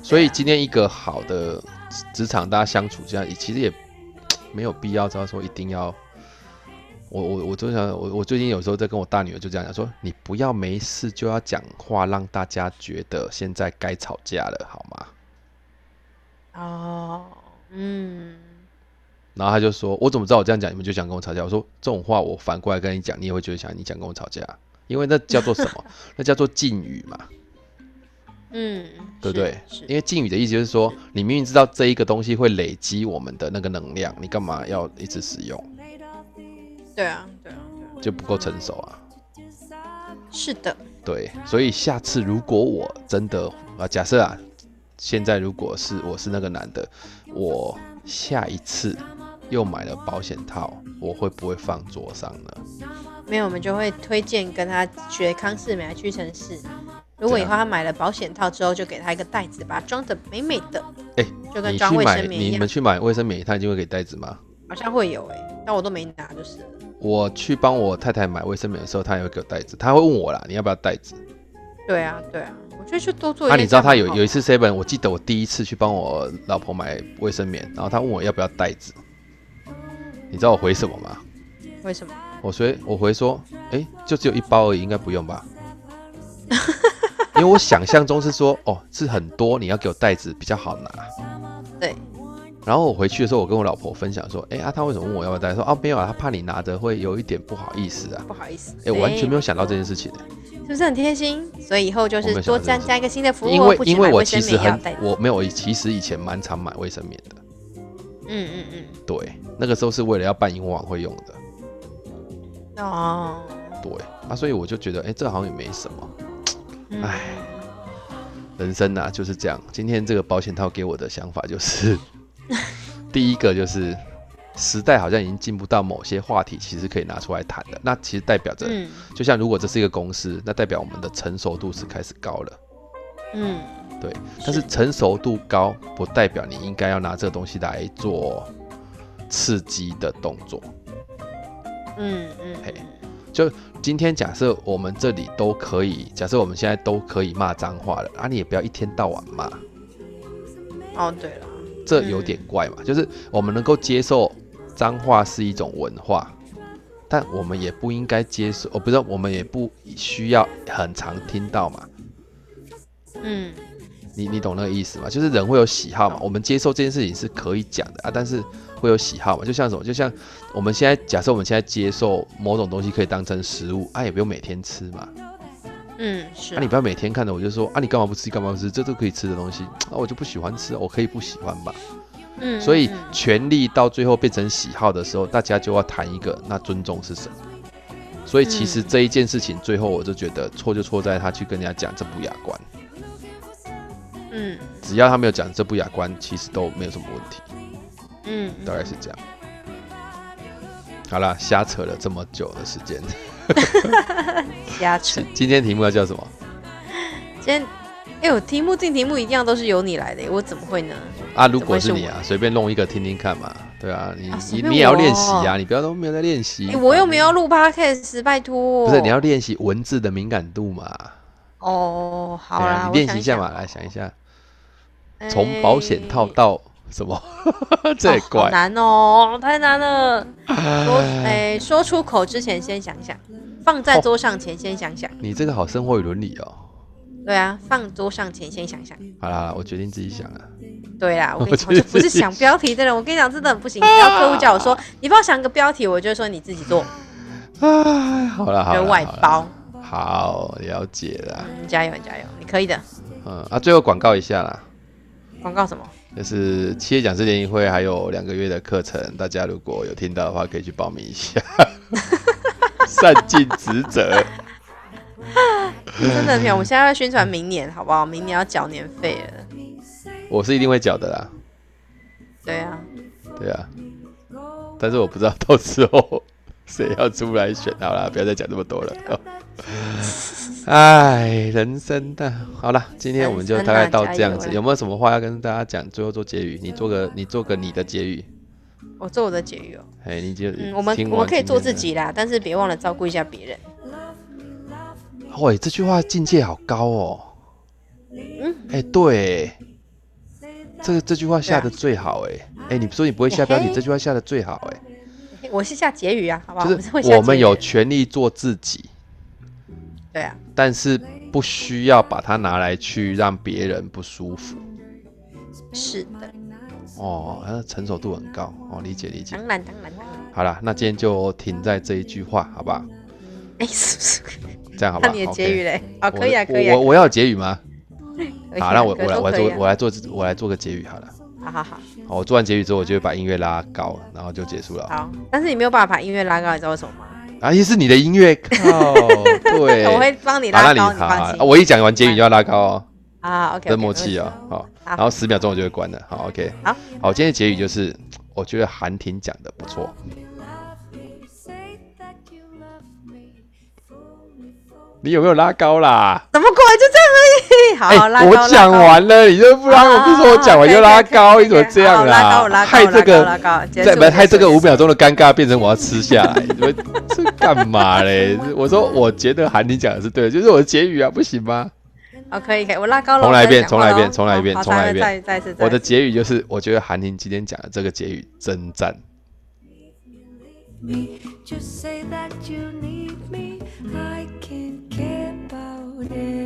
S1: 所以今天一个好的职职场，大家相处这样，也其实也没有必要，知道说一定要。我我我就想，我我最近有时候在跟我大女儿就这样讲，说你不要没事就要讲话，让大家觉得现在该吵架了，好吗？
S2: 哦，嗯，
S1: 然后她就说，我怎么知道我这样讲你们就想跟我吵架？我说这种话我反过来跟你讲，你也会觉得想你想跟我吵架，啊因为那叫做什么？ 那叫做禁语嘛。
S2: 嗯，
S1: 对不
S2: 是
S1: 对？
S2: 是，
S1: 因为禁语的意思就是说，你明明知道这一个东西会累积我们的那个能量，你干嘛要一直使用？
S2: 对啊，对啊，对
S1: 就不够成熟啊。
S2: 啊，是的，
S1: 对，所以下次如果我真的啊，假设啊，现在如果是我是那个男的，我下一次又买了保险套，我会不会放桌上呢？
S2: 没有我们就会推荐跟他学康世美来屈臣氏。如果
S1: 怎
S2: 以
S1: 样
S2: 后他买了保险套之后，就给他一个袋子，把它装的美美的，
S1: 哎，
S2: 就跟
S1: 你
S2: 装
S1: 去
S2: 卫
S1: 买
S2: 生棉一
S1: 你
S2: 样
S1: 们，去买卫生棉，他一定会给袋子吗？
S2: 好像会有哎、但我都没拿，就是了
S1: 我去帮我太太买卫生棉的时候，她也会给我袋子，她会问我啦，你要不要袋子？
S2: 对啊，对啊，我觉得就多做一
S1: 啊，
S2: 件。
S1: 你知道他有有一，次 seven，我记得我第一次去帮我老婆买卫生棉，然后他问我要不要袋子，你知道我回什么吗？
S2: 为什么？
S1: 我回我回说，哎、就只有一包而已，应该不用 吧？因为我想象中是说，哦，是很多，你要给我袋子比较好拿。
S2: 对，
S1: 然后我回去的时候，我跟我老婆分享说，哎、啊，他为什么问我要不要袋子？说啊，没有啊，他怕你拿着会有一点不好意思啊。
S2: 不好意思，
S1: 哎、我完全没
S2: 有，
S1: 有想到这件事情、欸
S2: 是不是很贴心？所以以后就
S1: 我没
S2: 是
S1: 有想
S2: 多
S1: 到
S2: 加
S1: 这
S2: 加一个新的服务哦，
S1: 因为
S2: 不止
S1: 因为
S2: 买
S1: 我
S2: 卫生
S1: 其实
S2: 棉也要
S1: 很
S2: 带
S1: 我没有，我其实以前蛮常买卫生棉的。
S2: 嗯嗯
S1: 对，那个时候是为了要办萤火晚会用的。
S2: 嗯，哦，
S1: 对啊，所以我就觉得，哎、这好像也没什么。
S2: 嗯
S1: 唉，人生呐、就是这样。今天这个保险套给我的想法 就是，第一个就是时代好像已经进步到某些话题，其实可以拿出来谈的。那其实代表着，
S2: 嗯
S1: 就像如果这是一个公司，那代表我们的成熟度是开始高了。
S2: 嗯，
S1: 对，但是成熟度高不代表你应该要拿这个东西来做刺激的动作。
S2: 嗯嗯
S1: 嘿就今天假设我们这里都可以，假设我们现在都可以骂脏话了啊，你也不要一天到晚骂，
S2: 嗯，哦对了，
S1: 这有点怪嘛。就是我们能够接受脏话是一种文化，但我们也不应该接受，哦，不是，我们也不需要很常听到嘛。
S2: 嗯
S1: 你你懂那个意思吗？就是人会有喜好嘛，我们接受这件事情是可以讲的啊，但是会有喜好嘛，就像什么，就像我们现在假设我们现在接受某种东西可以当成食物啊，也不用每天吃嘛。
S2: 嗯是
S1: 啊，
S2: 啊，嗯
S1: 你不要每天看着我就说啊，你干嘛不吃？干嘛不吃？这都可以吃的东西，啊，我就不喜欢吃，我可以不喜欢吧？
S2: 嗯，
S1: 所以
S2: 嗯嗯
S1: 权利到最后变成喜好的时候，大家就要谈一个那尊重是什么。所以其实
S2: 嗯
S1: 这一件事情，最后我就觉得错就错在他去跟人家讲这不雅观，
S2: 嗯
S1: 只要他没有讲这不雅观，其实都没有什么问题。
S2: 嗯，
S1: 大概是这样。好啦，瞎扯了这么久的时 间，
S2: 瞎扯
S1: 今。今天题目要叫什么？
S2: 今天，哎、我题目定题目一样都是由你来的耶，我怎么会呢？
S1: 啊，如果是
S2: 怎么会是
S1: 你啊，随便弄一个听听看嘛。对啊，你
S2: 啊
S1: 你
S2: 随便
S1: 你也要
S2: 我
S1: 练习啊，你不要都没有在练习。
S2: 哎、我又没有要录 podcast，拜托。
S1: 不是你要练习文字的敏感度嘛？
S2: 哦，好
S1: 对
S2: 啦，
S1: 啊，
S2: 我
S1: 你练
S2: 想
S1: 习
S2: 一
S1: 一下
S2: 想
S1: 嘛，来想一下，
S2: 哎
S1: 从保险套到什么？ 这也
S2: 哦好
S1: 怪。
S2: 难哦，太难了。说，哎、说出口之前先想想，放在
S1: 哦
S2: 桌上前先想想。
S1: 你这个好生活与伦理哦。
S2: 对啊，放桌上前先想想。
S1: 好啦，好啦我决定自己想了。
S2: 对啦，我
S1: 我
S2: 跟你讲，我就
S1: 觉得
S2: 不是
S1: 自己
S2: 想标题的人。我跟你讲，真的很不行。只要客户叫我说，你帮我想个标题，我就说你自己做，
S1: 哎，好啦，好
S2: 就
S1: 啦，
S2: 外
S1: 好啦
S2: 包。
S1: 好，了解啦。
S2: 嗯，加油，加油，你可以的。
S1: 嗯啊，最后广告一下啦，
S2: 广告什么？
S1: 就是七月讲师联谊会还有两个月的课程，大家如果有听到的话，可以去报名一 下。善尽职责，
S2: 真的没
S1: 嗯
S2: 有，我们现在要宣传明年，好不好？明年要缴年费了。
S1: 我是一定会缴的啦。
S2: 对啊，
S1: 对啊，但是我不知道到时候谁要出来选。好啦，不要再讲这么多了。哎，人生的好啦，今天我们就大概到这样
S2: 人生啊加
S1: 子。
S2: 油啦
S1: 有没有什么话要跟大家讲？最后做结语，你做个你做个你的结语。
S2: 我做我的解语哦。
S1: 哎，你就
S2: 嗯，我们
S1: 听完
S2: 我们可以
S1: 今天
S2: 做
S1: 的
S2: 自。己啦，但是别忘了照顾一下别人。
S1: 喂，这句话境界好高哦。
S2: 嗯，啊
S1: 哎，对，这个这句话下的最好哎。哎，你说你不会下标
S2: 嘿
S1: 题，
S2: 嘿
S1: 这句话下的最好哎，
S2: 嘿我是下结语啊，好不好？
S1: 就
S2: 会
S1: 是
S2: 下
S1: 嗯我们
S2: 结
S1: 有
S2: 语
S1: 权利做自己。
S2: 对啊，
S1: 但是不需要把它拿来去让别人不舒服
S2: 是的，
S1: 哦，呃成熟度很高哦，理解理解。
S2: 当然当然当然。
S1: 好啦，那今天就停在这一句话，好吧？
S2: 哎、是不是？
S1: 这样好吧？
S2: 看你的结语
S1: OK
S2: 嘞。啊，
S1: 我
S2: 可以啊，
S1: 我
S2: 可以啊。
S1: 我我要有结语吗？
S2: 可以啊
S1: 好，那我
S2: 可
S1: 我来
S2: 都
S1: 我来
S2: 可以
S1: 做
S2: 啊
S1: 我来做我来做个结语好了。
S2: 好好好
S1: 好我做完结语之后，我就会把音乐拉高，然后就结束了。
S2: 好，但是你没有办法把音乐拉高，你知道为什么吗？
S1: 啊，也是你的音乐， 靠，对，
S2: 我会帮你
S1: 好，那
S2: 拉
S1: 你
S2: 高，
S1: 好
S2: 你
S1: 好
S2: 放，
S1: 啊
S2: 心。
S1: 我一讲完结语你就要拉高哦。
S2: 啊，OK，
S1: 真默契哦，好，然后十秒钟我就会关了，好，OK，
S2: 好，
S1: 好，今天的结语就是，我觉得韩婷讲的不错，你有没有拉高啦？
S2: 怎么过来就这样而已？好，拉高。
S1: 哎我讲
S2: 拉高啊
S1: 完了，你就不拉，我不是说我讲完就拉高，你怎么这样
S2: 啦？啊好
S1: 啦？
S2: 拉高，
S1: 害
S2: 我拉
S1: 这
S2: 高，我拉
S1: 个，
S2: 高，结
S1: 在
S2: 束
S1: 不害这个
S2: 结束
S1: 五秒钟的尴尬变成我要吃下来， 你们这干嘛嘞？我说我觉得韩婷讲的是对的，就是我的结语啊，不行吗？
S2: 哦，可以可以，我拉高了，
S1: 重来一遍
S2: 我再讲话
S1: 重来一遍
S2: 咯
S1: 重来一遍
S2: 好
S1: 重
S2: 好
S1: 来一遍
S2: 再再再
S1: 我
S2: 次，
S1: 的
S2: 再次
S1: 结语就是，我觉得韩婷今天讲的这个结语真赞。
S3: Just say that you need me. I can't care about it.